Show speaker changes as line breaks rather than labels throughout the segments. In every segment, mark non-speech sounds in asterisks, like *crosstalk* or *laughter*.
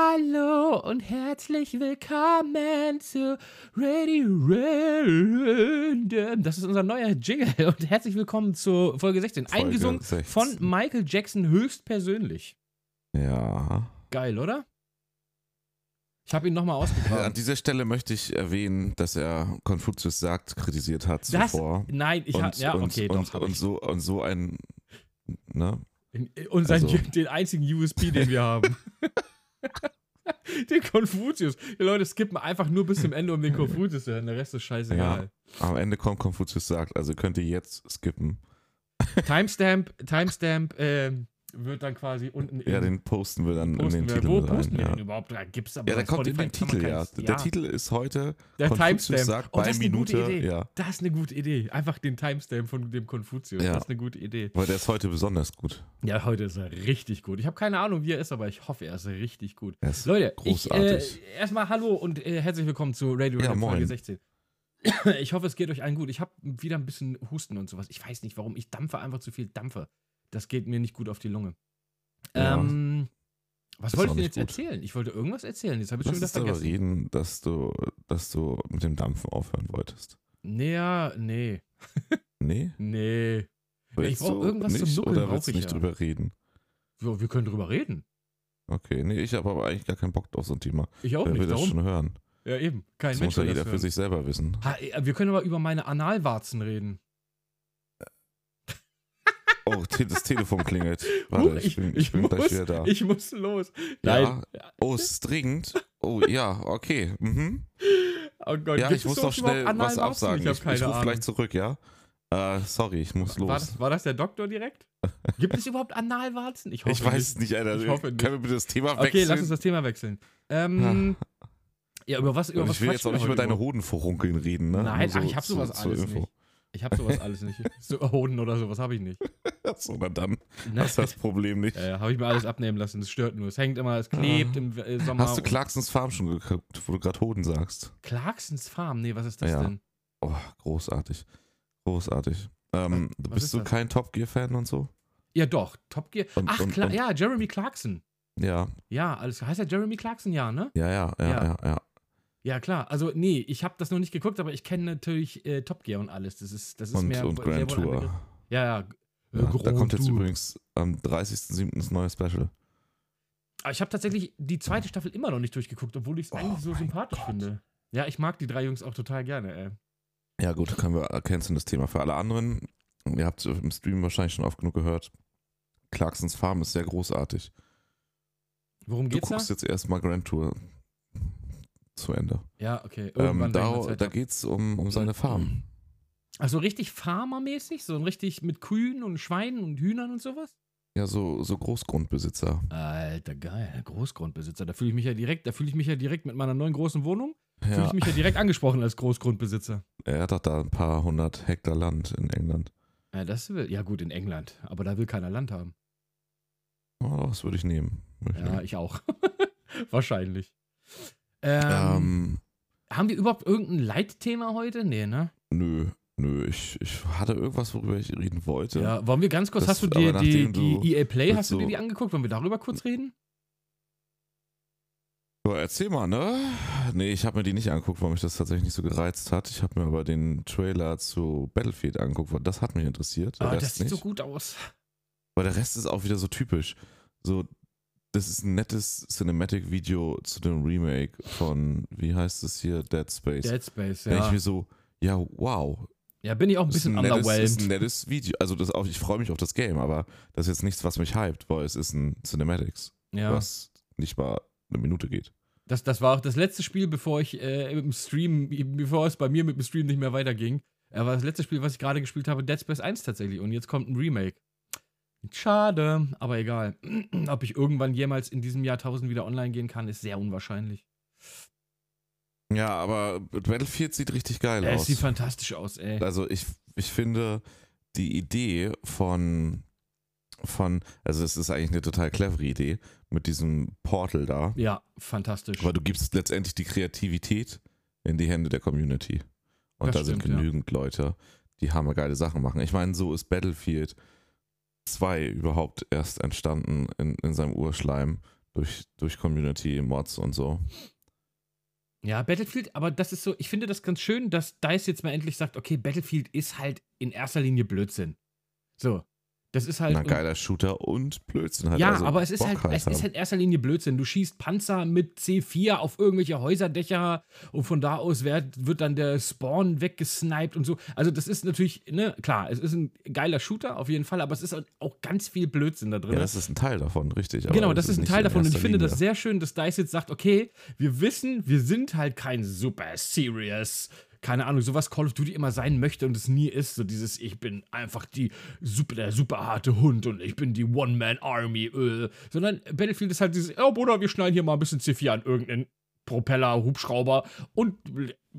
Hallo und herzlich willkommen zu Radio Random. Das ist unser neuer Jingle *laughs* und herzlich willkommen zur Folge 16.
Folge
eingesungen
16.
von Michael Jackson höchstpersönlich.
Ja.
Geil, oder? Ich habe ihn
*laughs*
nochmal
An
ausgegraben.
dieser Stelle möchte ich erwähnen, dass er Konfuzius sagt, kritisiert hat
Das,
zuvor.
nein, ich habe, ja, okay,
und,
doch, hab
und,
ich.
so, und so ein, ne?
Und sein,
Also-
*laughs* den einzigen USP, den wir
*laughs*
haben. den Konfuzius. Die Leute skippen einfach nur bis zum Ende, um den Konfuzius zu hören. Der Rest ist scheißegal.
Am Ende kommt Konfuzius sagt, also könnt ihr jetzt skippen.
Timestamp, Timestamp ähm, wird dann quasi unten
Ja,
in-
den posten wir dann
posten
in den
wir.
Titel
Wo
mit
posten
rein.
wir
Ja.
den überhaupt? Da gibt's aber
ja, da
bei
kommt
Spotify
der
kann man
Titel, ja.
keins-
Der Titel ist heute
Der
Konfuzius
Timestamp.
sagt
Oh,
bei
das ist eine gute
Minute,
Idee.
ja.
Das ist eine gute Idee. Einfach den Timestamp von dem Konfuzius.
Ja.
Das ist eine gute Idee.
Weil der ist heute besonders gut.
Ja, heute ist er richtig gut. Ich habe keine Ahnung, wie er ist, aber ich hoffe, er ist richtig gut.
Er ist
Leute, Ich,
großartig.
äh, erstmal hallo und äh, herzlich willkommen zu Radio
Ja,
Random Folge
moin.
16. *coughs* Ich hoffe, es geht euch allen gut. Ich habe wieder ein bisschen Husten und sowas. Ich weiß nicht warum. Ich dampfe einfach zu viel Dampfe. Das geht mir nicht gut auf die Lunge.
Ja.
Ähm, was
Ist
wollte ich denn
auch nicht
jetzt
gut.
erzählen? Ich wollte irgendwas erzählen. Jetzt habe ich schon
Lass
wieder
uns darüber
vergessen.
reden, dass du, dass du mit dem Dampfen aufhören wolltest.
Nee, ja, nee,
Nee?
nee.
Willst
brauch
du
irgendwas zum
nicht,
Nuckeln,
Oder
brauch
willst du
ich
nicht
ja.
drüber reden?
Wir, wir können drüber reden.
Okay, nee, ich habe aber eigentlich gar keinen Bock auf so ein Thema.
Ich auch
Wer will
nicht.
das
Warum?
schon hören?
Ja, eben. Kein
das
Mensch
muss ja
will
jeder
das
für
hören.
sich selber wissen.
Ha, äh, wir können aber über meine Analwarzen reden.
Oh, te- das Telefon klingelt. Warte,
*laughs* Huch,
ich, bin, ich, bin
muss,
gleich wieder da.
Ich muss los.
ja.
Nein.
Oh, es ist dringend. Oh, ja, okay. Mhm.
Oh Gott,
Ja,
gibt
ich
es
muss doch
sonst
schnell
überhaupt
was
Analwarzen?
absagen.
Ich habe keine
rufe
Ahnung.
gleich zurück, ja? Äh, sorry, ich muss
War,
los.
das, war das der Doktor
*laughs*
direkt? Gibt es überhaupt Analwarzen? Ich hoffe
Ich weiß es nicht, Alter.
Ich hoffe nicht.
Können wir bitte das Thema
Okay,
wechseln? Ah.
lass uns das Thema wechseln. Ähm, ja, über was? Über
Und
was
ich will jetzt auch
quatschen
nicht
wir
über deine
heute
Hodenfurunkeln reden, ne?
überhaupt? Nein,
Nur so
ach, ich habe
zu-
sowas
zur
alles
Info. *laughs*
nicht. Ich habe sowas alles nicht. So Hoden oder sowas habe ich nicht.
Achso, na dann
Nein,
hast du das Problem
*laughs*
nicht.
äh, habe ich mir alles abnehmen lassen. Es stört nur. Es hängt immer, es klebt im äh, Sommer.
Ah. Hast du
und-
Clarksons Farm schon geguckt, wo du gerade Hoden sagst?
Clarksons Farm? Nee, was ist das
Ja.
denn?
Oh, großartig. Großartig. Ähm,
Was- was ist
bist du
das?
kein Top Gear-Fan und so?
Ja, doch. Top Gear.
Und-
Ach,
und-
klar,
und-
ja, Jeremy Clarkson.
Ja,
Ja, alles klar. Heißt ja Jeremy Clarkson, ja, ne?
ja, ja, ja,
Ja.
ja. ja,
Ja, klar. Also, nee, ich habe das noch nicht geguckt, aber ich kenne natürlich äh, Top Gear und alles. Das ist, das ist
Und,
mehr.
und
sehr
Grand
wohl ein
Tour.
Begriff. Ja, ja. Äh,
Ja, da
Grand
kommt jetzt
Tour.
übrigens am 30.07. das neue Special.
Aber ich habe tatsächlich die zweite Staffel immer noch nicht durchgeguckt, obwohl ich es
Oh
eigentlich so
mein
sympathisch
Gott.
finde. Ja, ich mag die drei Jungs auch total gerne, ey.
Ja, gut, können wir erkennen das Thema. Für alle anderen, ihr habt es im Stream wahrscheinlich schon oft genug gehört. Clarksons Farm ist sehr großartig.
Worum
Du
geht's da?
guckst jetzt erstmal Grand Tour zu Ende.
Ja, okay.
Ähm,
Irgendwann denkt man's
da
halt
da
ab.
geht es um, um
Äh,
seine
hm.
Farm.
Also richtig farmermäßig, so ein richtig mit Kühen und Schweinen und Hühnern und sowas?
Ja, so, so Großgrundbesitzer.
Alter, geil, Großgrundbesitzer. Da fühle ich mich ja direkt, da fühle ich mich ja direkt mit meiner neuen großen Wohnung, fühle
Ja,
ich mich ja direkt angesprochen als Großgrundbesitzer.
er hat doch da ein paar hundert Hektar Land in England.
Ja, das will, ja gut, in England, aber da will keiner Land haben.
Oh, das würde ich nehmen. Würde ich
Ja,
nehmen.
ich auch. *laughs* Wahrscheinlich. Ähm,
Ähm,
Haben wir überhaupt irgendein Leitthema heute? Nee, ne?
nö, nö, ich, ich hatte irgendwas, worüber ich reden wollte.
Ja, wollen wir ganz kurz, hast
Das-
du
aber
dir die,
nachdem du
die EA Play,
mit
hast du dir
so-
die angeguckt? Wollen wir darüber kurz reden?
So, erzähl mal, ne? Nee, ich habe mir die nicht angeguckt, weil mich das tatsächlich nicht so gereizt hat. Ich habe mir aber den Trailer zu Battlefield angeguckt, weil das hat mich interessiert. Der
Ah,
Rest
das sieht
nicht.
so gut aus.
Weil der Rest ist auch wieder so typisch. So, das ist ein nettes Cinematic-Video zu dem Remake von, wie heißt es hier, Dead Space.
Dead Space,
Da Denke ich
ja.
mir so, ja, wow.
Ja, bin ich auch ein
das ist
bisschen
nettes, ist ein
underwhelmed.
nettes Video. Also das auch, ich freue mich auf das Game, aber das ist jetzt nichts, was mich hypt, weil es ist ein Cinematics,
Ja.
was nicht mal eine Minute geht.
Das, das war auch das letzte Spiel, bevor ich äh, im Stream, bevor es bei mir mit dem Stream nicht mehr weiterging. Äh, war das letzte Spiel, was ich gerade gespielt habe, Dead Space 1 tatsächlich. Und jetzt kommt ein Remake. Schade, aber egal. *clears throat* Ob ich irgendwann jemals in diesem Jahrtausend wieder online gehen kann, ist sehr unwahrscheinlich.
Ja, aber Battlefield sieht richtig geil
Äh, es
aus.
sieht fantastisch aus, ey.
Also ich, ich finde die Idee von, von, also es ist eigentlich eine total clevere Idee mit diesem Portal da,
Ja, fantastisch.
weil du gibst letztendlich die Kreativität in die Hände der Community. Und
Das
da sind
stimmt, ja.
genügend Leute, die hammergeile Sachen machen. Ich meine, so ist Battlefield 2 überhaupt erst entstanden in, in seinem Urschleim Durch, durch Community-Mods und so.
Ja, Battlefield, aber das ist so, ich finde das ganz schön, dass DICE jetzt mal endlich sagt, okay, Battlefield ist halt in erster Linie Blödsinn. So. Das ist halt.
Na, geiler Shooter und Blödsinn halt.
ja,
also
aber es ist
Bock
halt, es ist
haben.
halt in erster Linie Blödsinn. Du schießt Panzer mit C4 auf irgendwelche Häuserdächer und von da aus wird, wird dann der Spawn weggesniped und so. Also das ist natürlich, ne, klar, es ist ein geiler Shooter auf jeden Fall, aber es ist halt auch ganz viel Blödsinn da drin.
ja, das ist ein Teil davon, richtig. aber
genau,
es
das ist ein
nicht
Teil
in
davon und ich
erster
finde das
Linie.
sehr schön, dass DICE jetzt sagt, okay, wir wissen, wir sind halt kein super serious keine Ahnung, sowas Call of Duty immer sein möchte und es nie ist, so dieses ich bin einfach die super der super harte Hund und ich bin die One Man Army, äh. sondern Battlefield ist halt dieses oh Bruder, wir schneiden hier mal ein bisschen C4 an irgendeinen Propeller, Hubschrauber und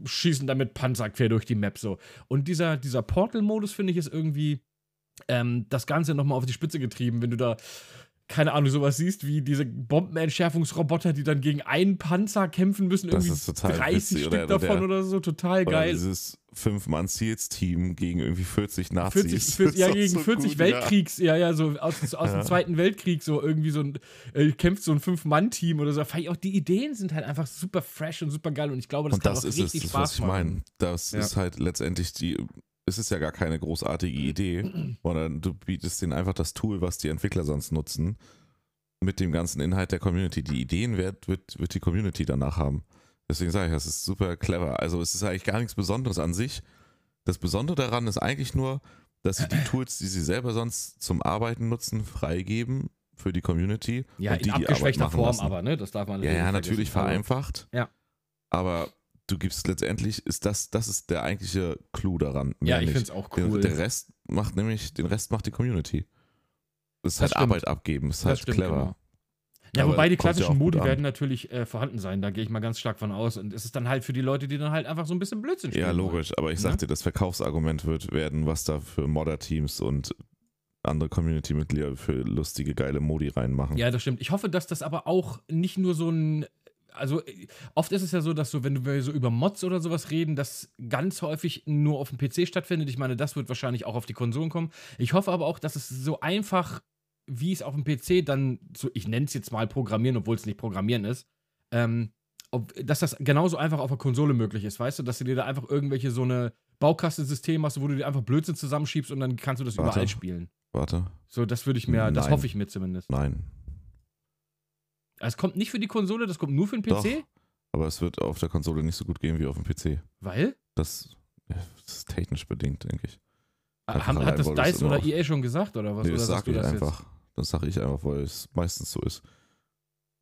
schießen damit Panzer quer durch die Map so. Und dieser dieser Portal Modus finde ich ist irgendwie ähm, das Ganze nochmal auf die Spitze getrieben, wenn du da, keine Ahnung, sowas siehst, wie diese Bombenentschärfungsroboter, die dann gegen einen Panzer kämpfen müssen,
Das
irgendwie
ist total
30
witzig,
Stück
oder? Oder
davon
der-
oder so, total
Oder
geil.
dieses Fünf-Mann-Seals-Team gegen irgendwie 40 Nazis.
40,
*laughs*
40, ja,
Das ist
gegen
so
40
gut, ja.
Weltkriegs, ja. ja, so aus, aus dem Zweiten Weltkrieg, so irgendwie so ein, äh, kämpft so ein Fünf-Mann-Team oder so. Fand ich auch die Ideen sind halt einfach super fresh und super geil und ich glaube, das
Und
kann
das
auch
ist es,
richtig
das,
Spaß
was ich
machen.
meine. Das
Ja.
ist halt letztendlich die. Es ist ja gar keine
Mhm.
großartige Idee,
*clears throat*
sondern du bietest denen einfach das Tool, was die Entwickler sonst nutzen, mit dem ganzen Inhalt der Community. Die Ideen wird, wird, wird die Community danach haben. Deswegen sage ich, das ist super clever. Also es ist eigentlich gar nichts Besonderes an sich. Das Besondere daran ist eigentlich nur, dass
*clears throat*
sie die Tools, die sie selber sonst zum Arbeiten nutzen, freigeben für die Community.
Ja,
und die
in
die Arbeit
abgeschwächter
machen
Form,
lassen.
aber, ne, das darf man also
Ja, ja, natürlich
vereinfacht.
vereinfacht.
Ja.
Aber du gibst letztendlich, ist das, das ist der eigentliche Clou daran.
Ja,
mehr
ich
nicht.
finde es auch
Der-
cool.
Der Rest macht nämlich, den Rest macht die Community. Das ist
Das
halt
stimmt.
Arbeit abgeben, das ist
Das
halt
stimmt, genau.
clever.
Ja,
Aber
wobei die
kommt ja
klassischen
auch gut
Modi
an.
werden natürlich äh, vorhanden sein, da gehe ich mal ganz stark von aus. Und es ist dann halt für die Leute, die dann halt einfach so ein bisschen Blödsinn
Ja,
wollen.
logisch, aber ich sag
Ne?
dir, das Verkaufsargument wird werden, was da für Modder-Teams und andere Community-Mitglieder für lustige, geile Modi reinmachen.
Ja, das stimmt. Ich hoffe, dass das aber auch nicht nur so ein. Also, äh, oft ist es ja so, dass so, wenn wir so über Mods oder sowas reden, das ganz häufig nur auf dem PC stattfindet. Ich meine, das wird wahrscheinlich auch auf die Konsolen kommen. Ich hoffe aber auch, dass es so einfach, wie es auf dem PC dann so, ich nenne es jetzt mal Programmieren, obwohl es nicht Programmieren ist, ähm, ob, dass das genauso einfach auf der Konsole möglich ist, weißt du? Dass du dir da einfach irgendwelche so eine Baukastensystem hast, wo du dir einfach Blödsinn zusammenschiebst und dann kannst du das
Warte.
überall spielen.
Warte,
So, das würde ich mir, das
Nein.
hoffe ich mir zumindest.
nein.
Also, Es kommt nicht für die Konsole, das kommt nur für den PC?
Doch. Aber es wird auf der Konsole nicht so gut gehen wie auf dem PC.
Weil?
Das, das ist technisch bedingt, denke ich.
Ah,
Einfach
Haben, hat
allein,
das
weil du es
DICE
immer
oder
auf-
EA schon gesagt oder was?
Nee,
oder
das
sagst
sag ich einfach. Das sag ich einfach, weil es meistens so ist.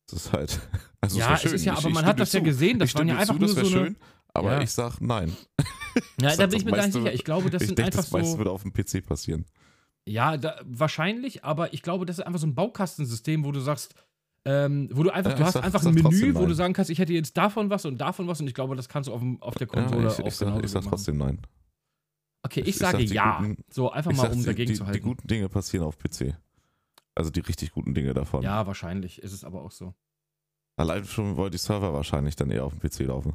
Das ist halt. *laughs* Also
Ja,
wär
es
schön.
ist ja,
Ich-
aber man
ich stimme
hat
dir
das ja
zu.
gesehen, das
ich
waren
stimme
ja
dir
einfach
zu,
nur
das
so
wär
eine.
schön, aber
Ja.
ich sag nein.
Ja, da
Das
bin ich mir gar nicht
meiste-
sicher. Ich glaube, das
ich
sind
denke,
einfach
das meiste
so.
wird auf dem PC passieren.
Ja, da, wahrscheinlich, aber ich glaube, das ist einfach so ein Baukastensystem, wo du sagst, ähm, wo du einfach,
Ja,
du
ich
hast
sag-
einfach
sag
ein Menü,
trotzdem
wo
nein.
du sagen kannst, ich hätte jetzt davon was und davon was und ich glaube, das kannst du auf, dem, auf der Konsole
ja, ich,
auch
ich, sag, ich
genauso
sag
gut machen.
trotzdem nein.
Okay, ich,
ich- ich
sage
sag die
ja.
guten-
so, einfach
ich
mal,
sag,
um
die,
dagegen
die,
zu
die
halten.
guten Dinge passieren auf PC. Also die richtig guten Dinge davon.
Ja, wahrscheinlich ist es aber auch so.
Allein schon, weil die Server wahrscheinlich dann eher auf dem PC laufen.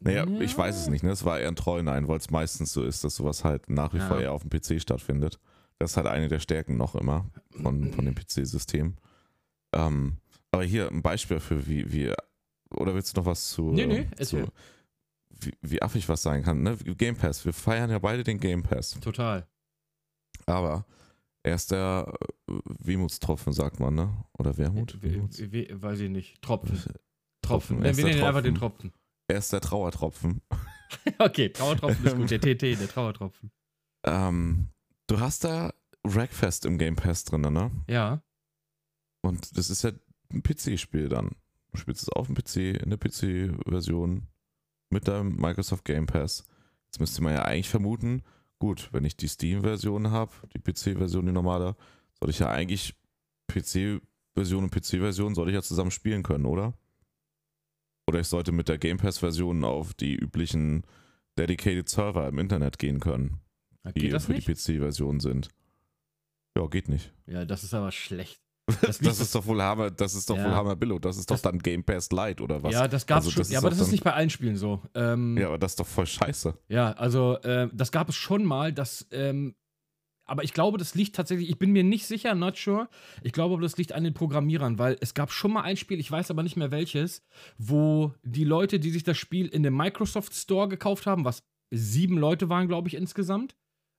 Naja, ich weiß es nicht, ne? Es war eher ein Treu, nein, weil es meistens so ist, dass sowas halt nach wie
Ja.
vor eher auf dem PC stattfindet. Das ist halt eine der Stärken noch immer von, von dem PC-System. Ähm, aber hier ein Beispiel für wie, wie, oder willst du noch was zu,
Nee, nee,
zu
erzähl.
wie, wie affig was sein kann, ne? Game Pass, wir feiern ja beide den Game Pass.
Total.
Aber er ist der äh, Wehmutstropfen, sagt man, ne? Oder Wermut?
We- we- we- weiß ich nicht. Äh, Tropfen.
Tropfen,
Tropfen.
erster
Wir nennen einfach den
Tropfen.
Tropfen.
Er ist der Trauertropfen.
Okay, Trauertropfen ist gut. Der TT, der Trauertropfen.
Ähm, du hast da Rackfest im Game Pass drin, ne?
Ja.
Und das ist ja ein PC-Spiel dann. Du spielst es auf dem PC, in der PC-Version, mit deinem Microsoft Game Pass. Jetzt müsste man ja eigentlich vermuten, gut, wenn ich die Steam-Version habe, die PC-Version, die normale, soll ich ja eigentlich PC-Version und PC-Version, soll ich ja zusammen spielen können, oder? Oder ich sollte mit der Game Pass-Version auf die üblichen Dedicated Server im Internet gehen können die
Geht das
für
nicht?
die PC-Version sind. Ja, geht nicht.
Ja, das ist aber
*laughs*
schlecht. Das, liegt-
Das ist doch wohl Hammer, das ist doch
Ja.
wohl Hammer Billo. Das ist doch
Das-
dann Game Pass Lite oder was?
Ja, das gab es
Also,
schon.
das
ja,
ist
aber
auch
das ist
dann-
nicht bei allen Spielen so. Ähm,
Ja, aber das ist doch voll scheiße.
Ja, also äh, das gab es schon mal, dass ähm, Aber ich glaube, das liegt tatsächlich, ich bin mir nicht sicher, not sure. Ich glaube, aber das liegt an den Programmierern, weil es gab schon mal ein Spiel, ich weiß aber nicht mehr welches, wo die Leute, die sich das Spiel in dem Microsoft Store gekauft haben, was sieben Leute waren, glaube ich, insgesamt,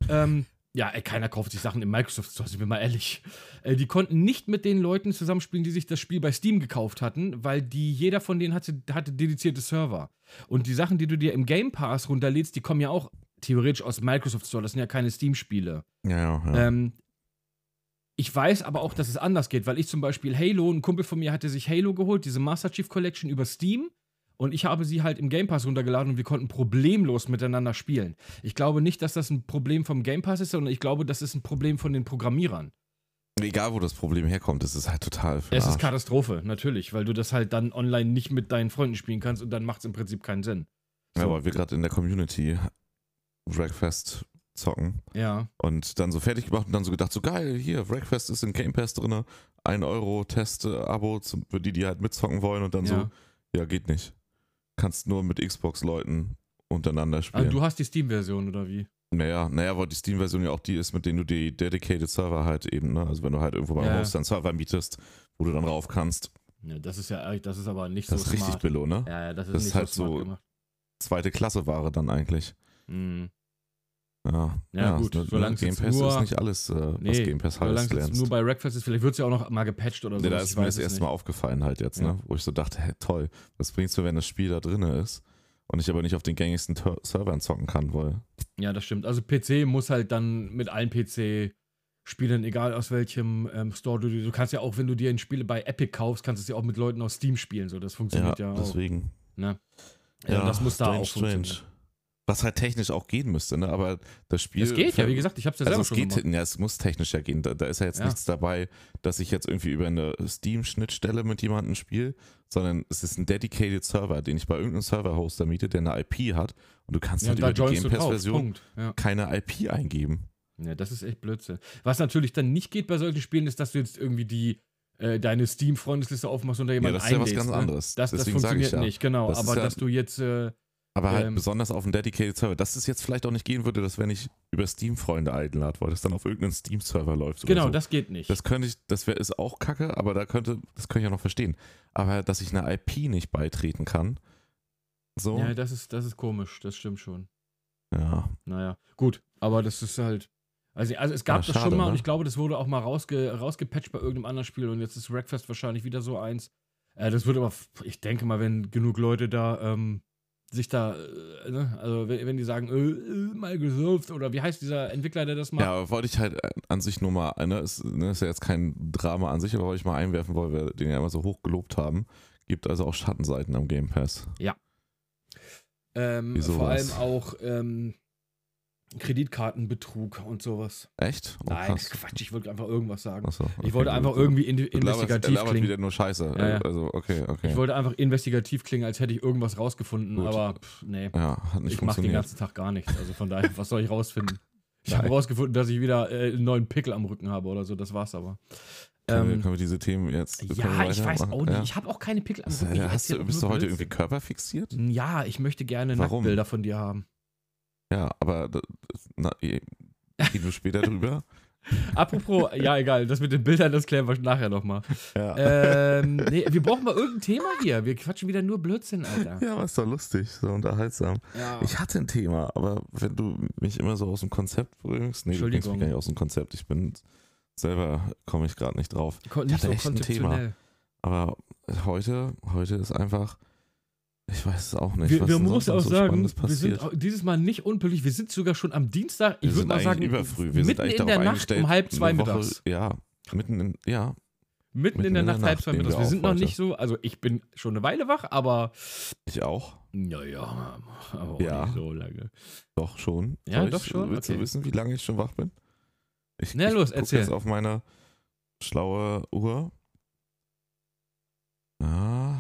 ähm, ja, ey, keiner kauft sich Sachen im Microsoft Store, sind wir mal ehrlich. Äh, die konnten nicht mit den Leuten zusammenspielen, die sich das Spiel bei Steam gekauft hatten, weil die, jeder von denen hatte, hatte dedizierte Server. Und die Sachen, die du dir im Game Pass runterlädst, die kommen ja auch theoretisch aus Microsoft Store, das sind ja keine Steam-Spiele.
Ja, ja. ja.
Ähm, ich weiß aber auch, dass es anders geht, weil ich zum Beispiel Halo, ein Kumpel von mir hatte sich Halo geholt, diese Master Chief Collection über Steam. Und ich habe sie halt im Game Pass runtergeladen und wir konnten problemlos miteinander spielen. Ich glaube nicht, dass das ein Problem vom Game Pass ist, sondern ich glaube, das ist ein Problem von den Programmierern.
Egal, wo das Problem herkommt, es ist halt total für
Es ist Katastrophe, natürlich, weil du das halt dann online nicht mit deinen Freunden spielen kannst und dann macht es im Prinzip keinen Sinn.
Ja, weil wir gerade in der Community Breakfast zocken
Ja.
und dann so fertig gemacht und dann so gedacht, so geil, hier, Breakfast ist im Game Pass drin, 1 Euro Test, äh, Abo zum- für die, die halt mitzocken wollen und dann so,
ja. Also
ja, geht nicht. Kannst nur mit Xbox-Leuten untereinander
Also,
spielen.
du hast die Steam-Version oder wie?
Naja, naja, weil die Steam-Version ja auch die ist, mit denen du die Dedicated Server halt eben, ne? Also wenn du halt irgendwo beim
Ja.
Host einen Server mietest, wo du dann rauf kannst,
Ja, Ne, das ist ja, das ist aber nicht
das
so
ist richtig
smart.
billo, ne?
Ja, ja, das ist
Das
nicht
ist halt
so smart
so-
gemacht.
Zweite Klasse Ware dann eigentlich.
Mhm.
Ja,
Ja, gut,
ne,
solange
ne,
es
Game
jetzt
Pass
nur-
ist nicht alles, äh, was
Nee,
Game Pass
Solange
halt
es jetzt
glänzt.
nur bei also Breakfast ist, vielleicht wird es ja auch noch mal gepatcht oder so.
Nee, da ist mir das erste
Mal.
Mal aufgefallen halt jetzt,
Ja.
ne? Wo ich so dachte, hä, toll, was bringt's mir, wenn das Spiel da drin ist und ich aber nicht auf den gängigsten Ter Servern zocken kann, weil
Ja, das stimmt. Also PC muss halt dann mit allen PC-Spielern, egal aus welchem ähm, Store du, du kannst ja auch, wenn du dir ein Spiel bei Epic kaufst, kannst du es ja auch mit Leuten aus Steam spielen. So, das
ja,
funktioniert ja, auch.
deswegen.
Ja, und das muss da
strange,
auch funktionieren.
Was halt technisch auch gehen müsste, ne? Aber das Spiel.
Es geht ja, wie gesagt, ich hab's ja selber
also es
schon
geht,
gemacht.
ja, es muss technisch ja gehen. Da, da ist ja jetzt
Ja.
nichts dabei, dass ich jetzt irgendwie über eine Steam-Schnittstelle mit jemandem spiele, sondern es ist ein dedicated Server, den ich bei irgendeinem Server-Hoster miete, der eine IP hat und du kannst
Ja,
halt
und da
über die
joinst
Game
du drauf.
Pass-Version
Punkt. Ja.
keine IP eingeben.
ja, das ist echt Blödsinn. Was natürlich dann nicht geht bei solchen Spielen, ist, dass du jetzt irgendwie die äh, deine Steam-Freundesliste aufmachst und da jemanden
das ist ja was
einlädst,
ganz
ne?
anderes.
Das, das
Deswegen sag ich
funktioniert
ja.
nicht, genau.
Das ist
aber
ja-
dass du jetzt äh,
Aber halt
Ähm.
besonders auf einem dedicated Server. Dass es jetzt vielleicht auch nicht gehen würde, dass wenn ich über Steam Freunde einlade, weil das dann auf irgendeinen Steam-Server läuft.
Genau,
oder so.
das geht nicht.
Das könnte ich, das wäre ist auch Kacke, aber da könnte, das könnte ich ja noch verstehen. Aber dass ich einer IP nicht beitreten kann, so,
Ja,
ja,
das ist, das ist komisch, das stimmt schon. Naja, gut, aber das ist halt. Also, also es gab
Ja,
das
schade,
schon mal
ne?
und ich glaube, das wurde auch mal rausge, rausgepatcht bei irgendeinem anderen Spiel und jetzt ist Wreckfest wahrscheinlich wieder so eins. Äh, das wird aber, f- ich denke mal, wenn genug Leute da ähm, sich da, äh, ne? also wenn, wenn die sagen, äh, äh, Microsoft oder wie heißt dieser Entwickler, der das macht?
ja, aber wollte ich halt an sich nur mal, ne, ist, ne, ist ja jetzt kein Drama an sich, aber wollte ich mal einwerfen, weil wir den ja immer so hoch gelobt haben. Gibt also auch Schattenseiten am Game Pass.
ähm,
wieso
vor allem
was?
auch ähm, Kreditkartenbetrug und sowas.
Echt? Oh,
Nein,
krass.
Quatsch, ich wollte einfach irgendwas sagen.
Achso, okay,
ich wollte
gut.
einfach irgendwie in,
Du laberst-
investigativ
er labert
klingen.
wieder nur Scheiße.
Ja, ja.
Also, okay, okay.
Ich wollte einfach investigativ klingen, als hätte ich irgendwas rausgefunden,
Gut.
aber pff, nee.
ja, hat nicht
Ich mache den
funktioniert.
ganzen Tag gar nichts. Also von daher, was soll ich
*laughs*
rausfinden? Ich habe
Nein.
rausgefunden, dass ich wieder äh, einen neuen Pickel am Rücken habe oder so. Das war's aber.
können, wir,
Ähm,
können wir diese Themen jetzt. können
ja,
wir
ich weiß
weitermachen?
auch nicht.
Ja.
Ich habe auch keine Pickel am
Hast
Rücken. Ich
du- hast
erzähl
du,
auch
bist du
nur
heute
Blödsinn.
irgendwie körperfixiert?
Ja, ich möchte gerne
Warum?
Nacktbilder von dir haben.
Ja, aber da- na, eh, reden wir
*laughs*
später drüber.
Apropos, *laughs* ja, egal, das mit den Bildern, das klären wir nachher nochmal.
Ja.
Ähm, nee, wir brauchen mal irgendein Thema hier. Wir quatschen wieder nur Blödsinn, Alter.
ja, aber ist doch lustig, so unterhaltsam.
Ja.
Ich hatte ein Thema, aber wenn du mich immer so aus dem Konzept bringst, nee, du bringst
Entschuldigung.
mich gar nicht aus dem Konzept. Ich bin selber komme ich gerade nicht drauf.
Ko- Nicht
hatte
so
echt ein Thema.
konzeptionell.
Aber heute, heute ist einfach, ich weiß es auch nicht.
Wir,
was
wir
denn
muss
sonst noch
auch
so
sagen,
Spannendes
wir sind
passiert.
auch dieses Mal nicht unpünktlich. Wir sind sogar schon am Dienstag. Ich
Wir
würde
sind
mal
eigentlich
sagen,
überfrüh. Wir
mitten
sind eigentlich
in
darauf
der Nacht
eingestellt,
um halb zwei
eine Woche-
mittags.
Ja, mitten in, ja,
Mitten, in
mitten
der Nacht, halb zwei
nehmen
mittags.
wir
Wir
auf
sind noch
heute.
nicht so, also ich bin schon eine Weile wach, aber
ich auch.
naja, aber auch
Ja.
nicht so lange.
Doch schon.
Ja,
Soll ich-
doch schon?
Willst
Okay.
du wissen, wie lange ich schon wach bin? Ich,
Na
ich
los,
guck
erzähl.
jetzt auf meine schlaue Uhr. Ah,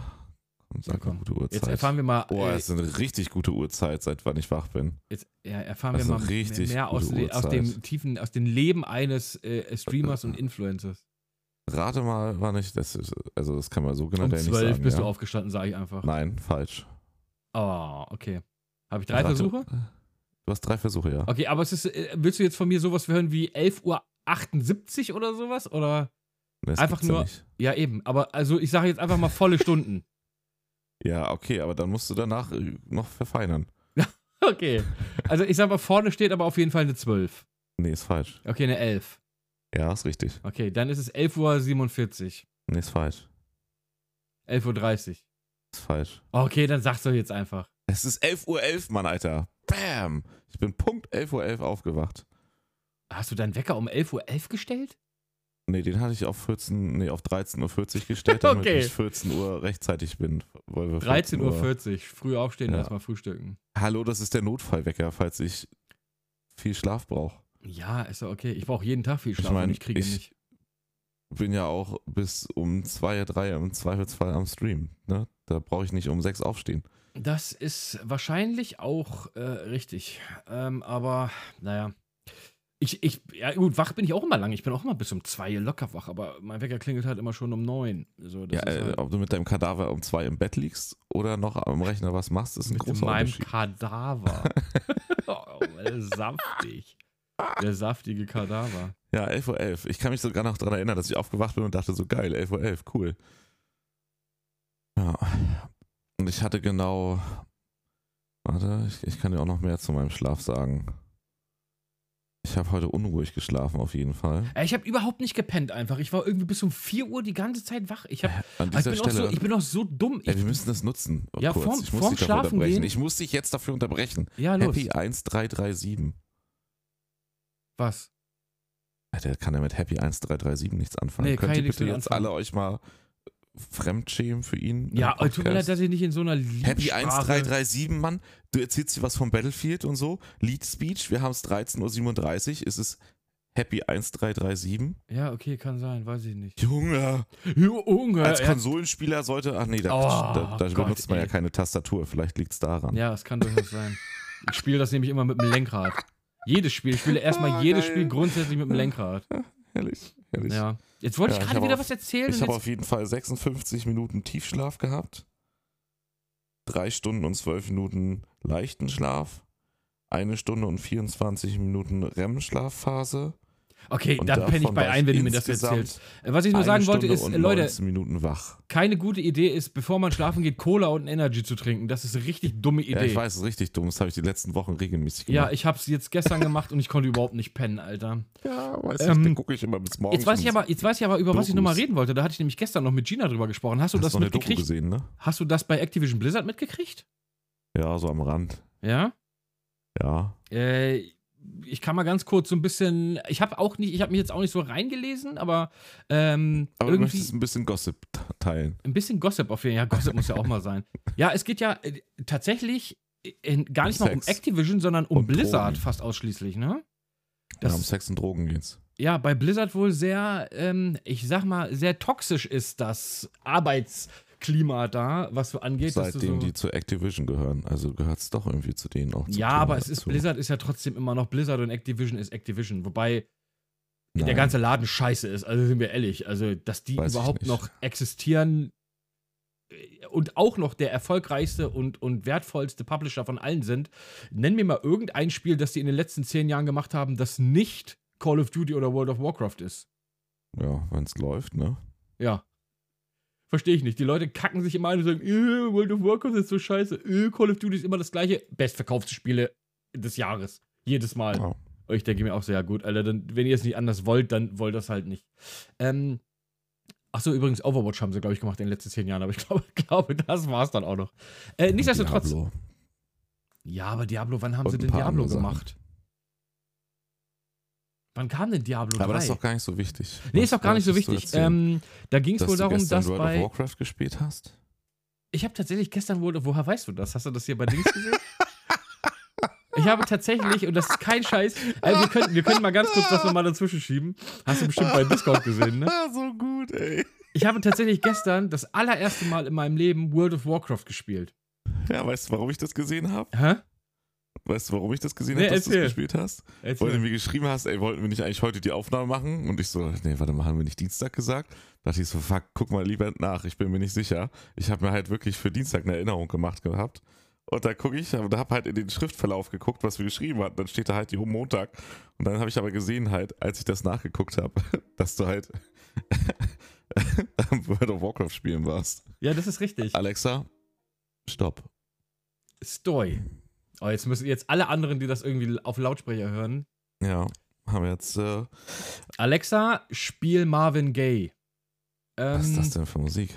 komm, sag
Na komm.
eine gute Uhrzeit.
Jetzt erfahren wir mal,
Boah,
äh,
Oh, es ist eine richtig gute Uhrzeit, seit wann ich wach bin.
jetzt, ja, erfahren wir
das
mal
ist eine richtig
mehr aus,
gute
den- aus dem tiefen, aus dem Leben eines äh, Streamers
*clears throat*
und Influencers.
Rate mal, wann ich. Das ist, also, das kann man so genau
Um
nicht
zwölf
sagen.
bist
ja.
du aufgestanden, sage ich einfach.
Nein, falsch.
Oh, okay. Habe Ah, ich drei
Rate-
Versuche?
Du hast drei Versuche, ja.
Okay, aber es ist, äh, willst du jetzt von mir sowas hören wie 11.78 Uhr oder sowas? Oder?
Das
einfach
gibt's ja
nur-
nicht.
Ja, eben. Aber also ich sage jetzt einfach mal volle Stunden.
Ja, okay, aber dann musst du danach äh, noch verfeinern.
Okay. Also ich sag mal, vorne steht aber auf jeden Fall eine 12.
Nee, ist falsch.
Okay, eine 11.
Ja, ist richtig.
Okay, dann ist es 11.47
Nee, ist falsch.
Uhr. 11.30 Uhr.
Ist falsch.
Okay, dann sag's doch jetzt einfach.
Es ist 11.11 Uhr, Mann, Alter. Bam! Ich bin Punkt 11.11 Uhr aufgewacht.
Hast du deinen Wecker um 11.11 Uhr gestellt?
Nee, den hatte ich auf 14, nee, auf 13.40 Uhr
*laughs*
gestellt, damit
Okay.
ich 14 Uhr rechtzeitig bin. Weil wir 14
13.40 Uhr. Früh aufstehen,
Ja.
erstmal frühstücken.
Hallo, das ist der Notfallwecker, falls ich viel Schlaf brauche.
Ja, ist doch okay. Ich brauche jeden Tag viel Schlaf
mein,
und ich kriege
ich-
nicht.
Bin ja auch bis um 2, 3 im Zweifelsfall am Stream. Ne? Da brauche ich nicht um 6 aufstehen.
Das ist wahrscheinlich auch äh, richtig. Ähm, aber, naja. Ich, ich, ja gut, wach bin ich auch immer lang. Ich bin auch immer bis um 2 Uhr locker wach, aber mein Wecker klingelt halt immer schon um 9. So, das
ja,
ist
äh,
halt
ob du mit deinem Kadaver um 2 im Bett liegst oder noch am Rechner was machst, ist ein
mit
großer
meinem
Unterschied. *laughs*
Kadaver. oh, der ist saftig. Der saftige Kadaver.
Ja, 11.11 Uhr. Ich kann mich sogar noch daran erinnern, dass ich aufgewacht bin und dachte so, geil, 11.11 Uhr, cool. Ja. Und ich hatte genau... Warte, ich, ich kann dir auch noch mehr zu meinem Schlaf sagen. Ich habe heute unruhig geschlafen, auf jeden Fall.
Äh, Ich habe überhaupt nicht gepennt einfach. Ich war irgendwie bis um 4 Uhr die ganze Zeit wach. Ich, hab,
An
ich,
dieser
bin, auch
Stelle...
so, ich bin auch so dumm. Ich,
ey, wir müssen das nutzen. Oh,
Ja,
kurz.
vorm-
ich muss
vorm
dich dafür
Schlafen
unterbrechen.
gehen.
Ich muss dich jetzt dafür unterbrechen.
ja, los.
Happy 1337.
Was?
Der kann ja mit Happy 1337 nichts anfangen.
Nee, kann
Könnt
ich
ihr
nichts
bitte
mit
jetzt
anfangen.
alle euch mal fremdschämen für ihn? im
Ja, tut mir
Podcast?
leid, dass ich nicht in so einer
Happy
Liebessprache-
1337, Mann. Du erzählst dir was vom Battlefield und so. Lead Speech, wir haben es 13.37 Uhr. Es ist Happy 1337.
Ja, okay, kann sein, weiß ich nicht.
Junge,
Junge,
als
ja,
Konsolenspieler sollte. Ach nee, da,
Oh,
da, da
Gott,
benutzt man
ey.
ja keine Tastatur. Vielleicht liegt es daran.
ja, es kann durchaus sein. Ich spiele das nämlich immer mit dem Lenkrad. Jedes Spiel, ich
*laughs*
spiele erstmal
Ah,
jedes
geil.
Spiel grundsätzlich mit dem Lenkrad.
Herrlich, herrlich.
Ja. Jetzt wollte
Ja,
ich
ich
gerade
hab
wieder
auf-
was erzählen.
Ich
und
habe
jetzt,
auf jeden Fall 56 Minuten Tiefschlaf gehabt, drei Stunden und 12 Minuten leichten Schlaf, eine Stunde und 24 Minuten REM-Schlafphase.
okay,
und
dann penne ich
davon
bei
war
ein, wenn du mir das
insgesamt
erzählst. Äh, Was ich nur
eine
sagen wollte
Stunde
ist,
und
äh, Leute,
19 Minuten wach.
keine gute Idee ist, bevor man schlafen geht, Cola und Energy zu trinken. Das ist eine richtig dumme Idee.
Ja, ich weiß, es ist richtig dumm. Das habe ich die letzten Wochen regelmäßig
Ja,
gemacht.
ich hab's jetzt gestern gemacht und ich konnte überhaupt nicht pennen, Alter.
Ja, ja weiß
Ähm,
dann gucke ich immer bis morgens.
Jetzt weiß ich
um-
aber, jetzt weiß ich aber über was ich nochmal
Dokus.
reden wollte. Da hatte ich nämlich gestern noch mit Gina drüber gesprochen. Hast du
hast
das
du eine Doku
mitgekriegt?
gesehen, ne?
Hast du das bei Activision Blizzard mitgekriegt?
Ja, so am Rand.
Ja.
Ja.
Äh, ich kann mal ganz kurz so ein bisschen. Ich habe auch nicht, ich habe mich jetzt auch nicht so reingelesen, aber, ähm,
Aber du
irgendwie
möchtest ein bisschen Gossip t- teilen.
ein bisschen Gossip auf jeden Fall. Ja, Gossip muss ja auch mal sein. Ja, es geht ja äh, tatsächlich in, gar nicht mal um
Sex.
Activision, sondern um
Und
Blizzard
Drogen.
fast ausschließlich, ne?
Ja,
Das
um Sex und Drogen geht's.
ja, bei Blizzard wohl sehr, ähm, ich sag mal, sehr toxisch ist das Arbeitsklima da, was so angeht. dass du
Seitdem
so,
die zu Activision gehören. Also gehört es doch irgendwie zu denen auch. zu
ja,
Tun
aber es ist
dazu.
Blizzard ist ja trotzdem immer noch Blizzard und Activision ist Activision. Wobei
Nein.
der ganze Laden scheiße ist, also sind wir ehrlich. Also, dass die
Weiß ich
überhaupt
nicht.
noch existieren äh, und auch noch der erfolgreichste und, und wertvollste Publisher von allen sind, nenn mir mal irgendein Spiel, das die in den letzten zehn Jahren gemacht haben, das nicht Call of Duty oder World of Warcraft ist.
Ja, wenn es läuft, ne?
Ja. Verstehe ich nicht. Die Leute kacken sich immer ein und sagen, äh, World of Warcraft ist so scheiße, äh, Call of Duty ist immer das gleiche. Bestverkaufte Spiele des Jahres. Jedes Mal.
Ja.
Und ich denke mir auch so, ja gut, Alter, dann, wenn ihr es nicht anders wollt, dann wollt das halt nicht. Ähm, Achso, übrigens, Overwatch haben sie, glaube ich, gemacht in den letzten zehn Jahren, aber ich *laughs* glaube, glaube das war es dann auch noch. Äh, nichtsdestotrotz.
Diablo.
Ja, aber Diablo, wann haben
Und
sie
ein
denn
paar
Diablo
andere Sachen.
gemacht? Wann kam denn Diablo 3?
Aber das ist doch gar nicht so wichtig.
nee,
Was
ist doch gar nicht so
wolltest du
wichtig.
erzählen?
Ähm, da ging es
dass
wohl
du
darum,
gestern
dass
World
bei.
of Warcraft gespielt hast?
Ich habe tatsächlich gestern World of Woher weißt du das? Hast du das hier bei Dings gesehen? Ich habe tatsächlich, und das ist kein Scheiß, äh, wir, können, wir können mal ganz kurz das nochmal dazwischen schieben. Hast du bestimmt bei Discord gesehen, ne?
Ah, so gut, ey.
Ich habe tatsächlich gestern das allererste Mal in meinem Leben World of Warcraft gespielt.
Ja, weißt du, warum ich das gesehen habe?
Hä?
Weißt du, warum ich das gesehen
Nee,
habe, dass du es
erzähl.
gespielt hast? Weil du
Erzähl.
mir geschrieben hast, ey, wollten wir nicht eigentlich heute die Aufnahme machen? Und ich so, nee, warte mal, haben wir nicht Dienstag gesagt? Da dachte ich so, fuck, guck mal lieber nach, ich bin mir nicht sicher. Ich habe mir halt wirklich für Dienstag eine Erinnerung gemacht gehabt. Und da gucke ich, und habe halt in den Schriftverlauf geguckt, was wir geschrieben hatten. Dann steht da halt, jo, Montag. Und dann habe ich aber gesehen halt, als ich das nachgeguckt habe, *laughs* dass du halt am World of Warcraft spielen warst.
Ja, das ist richtig.
Alexa, stopp.
Stoy. Oh, jetzt müssen jetzt alle anderen, die das irgendwie auf Lautsprecher hören.
Ja, haben wir jetzt. Äh,
Alexa, spiel Marvin Gaye. Ähm,
was ist das denn für Musik?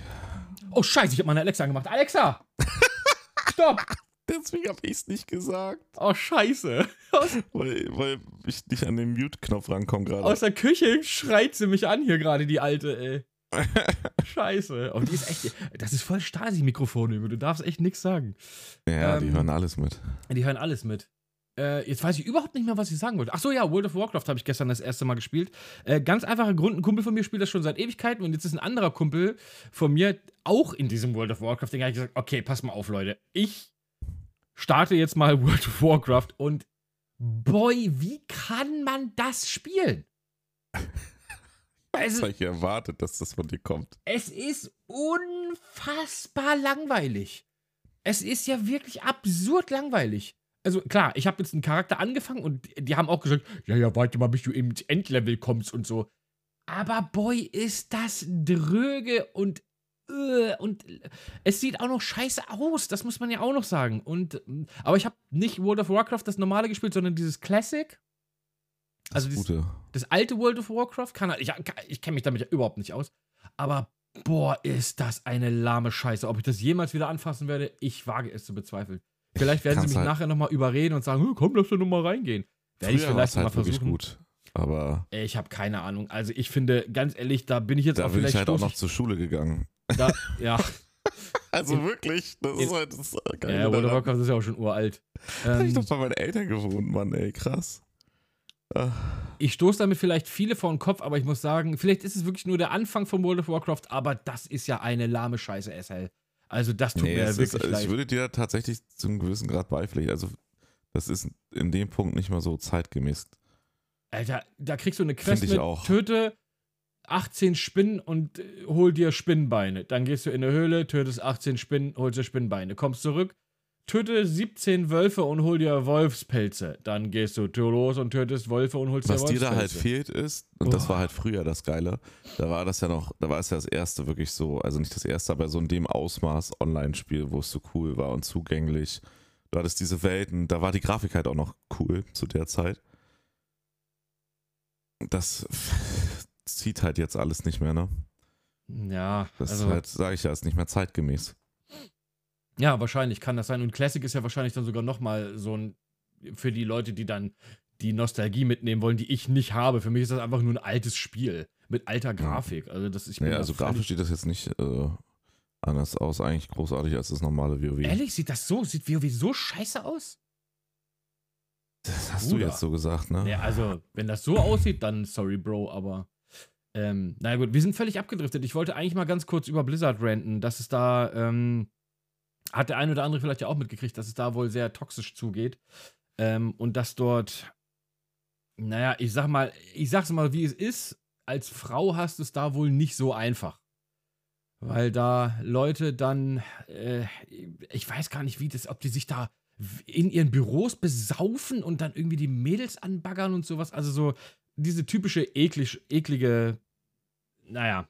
Oh, scheiße, ich habe meine Alexa angemacht. Alexa! Stopp!
*laughs* Deswegen habe ich es nicht gesagt,
Oh, scheiße.
weil, weil ich nicht an den Mute-Knopf rankomme gerade.
Aus der Küche schreit sie mich an hier gerade, die alte, ey. Scheiße. Und die ist echt. Das ist voll Stasi-Mikrofon, Junge. Du darfst echt nichts sagen.
Ja, die
Ähm,
hören alles mit.
Die hören alles mit. Äh, jetzt weiß ich überhaupt nicht mehr, was ich sagen wollte. Achso, ja, World of Warcraft habe ich gestern das erste Mal gespielt. Äh, ganz einfacher Grund, ein Kumpel von mir spielt das schon seit Ewigkeiten und jetzt ist ein anderer Kumpel von mir auch in diesem World of Warcraft-Ding. Da habe ich gesagt, okay, pass mal auf, Leute. Ich starte jetzt mal *laughs* World of Warcraft und boy, wie kann man das spielen?
Das
Also,
habe ich erwartet, dass das von dir kommt.
es ist unfassbar langweilig. Es ist ja wirklich absurd langweilig. Also klar, ich habe jetzt einen Charakter angefangen und die- die haben auch gesagt, ja, ja, warte mal, bis du ins Endlevel kommst und so. Aber boy, ist das dröge und äh, und es sieht auch noch scheiße aus, das muss man ja auch noch sagen. Und ähm, aber ich habe nicht World of Warcraft das normale gespielt, sondern dieses Classic. Also dieses,
Gute.
das alte World of Warcraft kann halt- ich, ich kenne mich damit ja überhaupt nicht aus, aber boah, ist das eine lahme Scheiße. Ob ich das jemals wieder anfassen werde, ich wage es zu bezweifeln. Vielleicht werden sie
kann's
mich
halt-
nachher nochmal überreden und sagen, "Hm, komm, lass doch nochmal reingehen. Werde ich
Früher
vielleicht
war's halt
mal
wirklich
versuchen.
gut. Aber
Äh, Ich habe keine Ahnung. Also ich finde, ganz ehrlich, da bin ich jetzt
da
auch
bin
vielleicht
ich halt auch
stoß
noch zur Schule gegangen.
ich
*laughs*
da, Ja,
Also
In-
wirklich, das
in-
ist halt das ist geil.
ja World of
da
Warcraft ist ja auch schon uralt.
hab
Ähm,
ich doch bei meinen Eltern gewohnt, Mann, ey, krass. Ah,
Ich stoße damit vielleicht viele vor den Kopf, aber ich muss sagen, vielleicht ist es wirklich nur der Anfang von World of Warcraft, aber das ist ja eine lahme Scheiße, SL. Also das tut
nee,
mir
es
ja
ist,
wirklich leid.
ich würde dir tatsächlich zu einem gewissen Grad beipflichten. Also, das ist in dem Punkt nicht mal so zeitgemäß.
Alter, da kriegst du eine Quest
Find ich
mit,
auch.
töte 18 Spinnen und äh, hol dir Spinnenbeine. Dann gehst du in eine Höhle, tötest 18 Spinnen, holst dir Spinnenbeine. Kommst zurück, töte 17 Wölfe und hol dir Wolfspelze. Dann gehst du tür- los und tötest Wölfe und holst
Was
dir
dir
Wolfspelze.
da halt fehlt ist, und das
Boah.
war halt früher das Geile, da war das ja noch, da war es ja das erste wirklich so, also nicht das erste, aber so in dem Ausmaß Online-Spiel, wo es so cool war und zugänglich. Du hattest diese Welten, da war die Grafik halt auch noch cool zu der Zeit. Das *laughs* zieht halt jetzt alles nicht mehr, ne?
Ja,
Das
also,
ist halt, sage ich ja, ist nicht mehr zeitgemäß.
ja, wahrscheinlich kann das sein. Und Classic ist ja wahrscheinlich dann sogar nochmal so ein, für die Leute, die dann die Nostalgie mitnehmen wollen, die ich nicht habe. Für mich ist das einfach nur ein altes Spiel mit alter Grafik. Also das ich bin
Nee,
da
also
völlig-
grafisch sieht das jetzt nicht äh, anders aus, eigentlich großartig als das normale WoW.
Ehrlich, sieht das so, sieht WoW so scheiße aus?
Das hast du
Bruder.
jetzt so gesagt, ne?
Ja, also, wenn das so aussieht, dann sorry, Bro, aber. Ähm, na gut, wir sind völlig abgedriftet. Ich wollte eigentlich mal ganz kurz über Blizzard ranten, dass es da, ähm, hat der ein oder andere vielleicht ja auch mitgekriegt, dass es da wohl sehr toxisch zugeht. Ähm, und dass dort, naja, ich sag mal, ich sag's mal, wie es ist, als Frau hast du es da wohl nicht so einfach. Weil da Leute dann, äh, ich weiß gar nicht, wie das, ob die sich da in ihren Büros besaufen und dann irgendwie die Mädels anbaggern und sowas. Also so diese typische eklig, eklige, naja,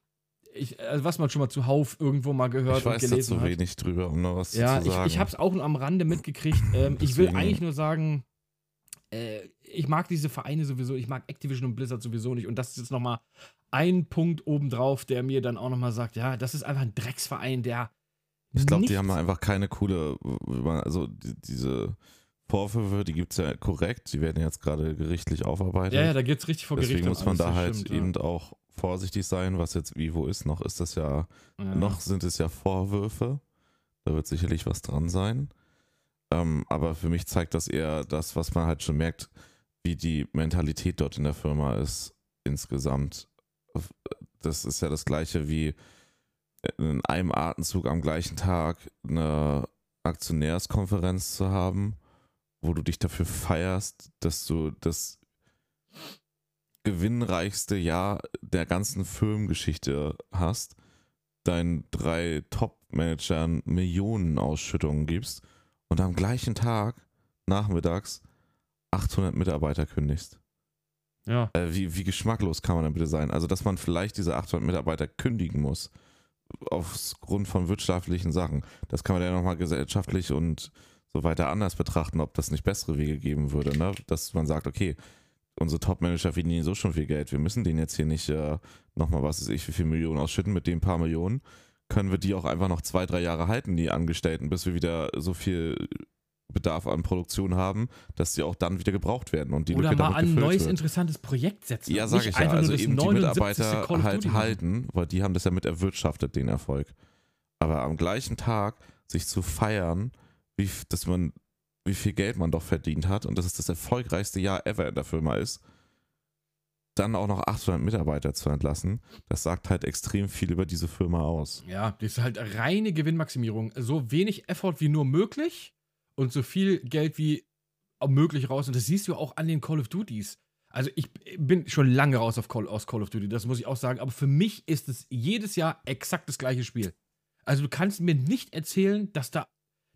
ich, also was man schon mal zuhauf irgendwo mal gehört
ich
und
weiß da
gelesen
zu
hat.
wenig drüber, um noch was
Ja,
zu sagen.
ich, ich habe es auch nur am Rande
*laughs*
mitgekriegt. Ähm, ich will
Deswegen-
eigentlich nur sagen, äh, ich mag diese Vereine sowieso, ich mag Activision und Blizzard sowieso nicht. Und das ist jetzt nochmal ein Punkt obendrauf, der mir dann auch nochmal sagt, ja, das ist einfach ein Drecksverein, der
Ich glaube, die
nichts-
haben einfach keine coole, also die, diese Vorwürfe, die gibt es ja korrekt, die werden jetzt gerade gerichtlich aufarbeitet.
Ja, ja, da geht's richtig vor Gericht.
halt Deswegen
und
muss man
alles,
da
das
halt
stimmt,
eben auch vorsichtig sein, was jetzt wie wo ist. Noch ist das ja,
ja. Ja.
noch sind es ja Vorwürfe. Da wird sicherlich was dran sein. Ähm, aber für mich zeigt das eher das, was man halt schon merkt, wie die Mentalität dort in der Firma ist insgesamt. Das ist ja das gleiche wie in einem Atemzug am gleichen Tag eine Aktionärskonferenz zu haben, wo du dich dafür feierst, dass du das gewinnreichste Jahr der ganzen Firmengeschichte hast, deinen drei Top-Managern Millionen Ausschüttungen gibst und am gleichen Tag, nachmittags, 800 Mitarbeiter kündigst.
Ja.
Äh, wie, wie geschmacklos kann man dann bitte sein? Also, dass man vielleicht diese 800 Mitarbeiter kündigen muss, aufgrund von wirtschaftlichen Sachen. Das kann man ja nochmal gesellschaftlich und so weiter anders betrachten, ob das nicht bessere Wege geben würde, ne? dass man sagt, okay, unsere Top-Manager verdienen so schon viel Geld, wir müssen denen jetzt hier nicht äh, nochmal, was weiß ich, wie viele Millionen ausschütten, mit den paar Millionen können wir die auch einfach noch zwei, drei Jahre halten, die Angestellten, bis wir wieder so viel Bedarf an Produktion haben, dass sie auch dann wieder gebraucht werden und die
Oder mal
Lücke damit
an ein
gefüllt
neues,
wird.
interessantes Projekt setzen.
Ja,
und
sage
nicht
ich ja.
einfach nur
Also
das
eben die
79. Call
Mitarbeiter
of Duty
halt
machen.
halten, weil die haben das ja mit erwirtschaftet, den Erfolg. Aber am gleichen Tag sich zu feiern, wie, f- dass man, wie viel Geld man doch verdient hat und dass es das erfolgreichste Jahr ever in der Firma ist, dann auch noch 800 Mitarbeiter zu entlassen, das sagt halt extrem viel über diese Firma aus.
Ja, das ist halt reine Gewinnmaximierung. So wenig Effort wie nur möglich und so viel Geld wie möglich raus. Und das siehst du auch an den Call of Duties. Also ich bin schon lange raus auf Call, aus Call of Duty, das muss ich auch sagen. Aber für mich ist es jedes Jahr exakt das gleiche Spiel. Also du kannst mir nicht erzählen, dass da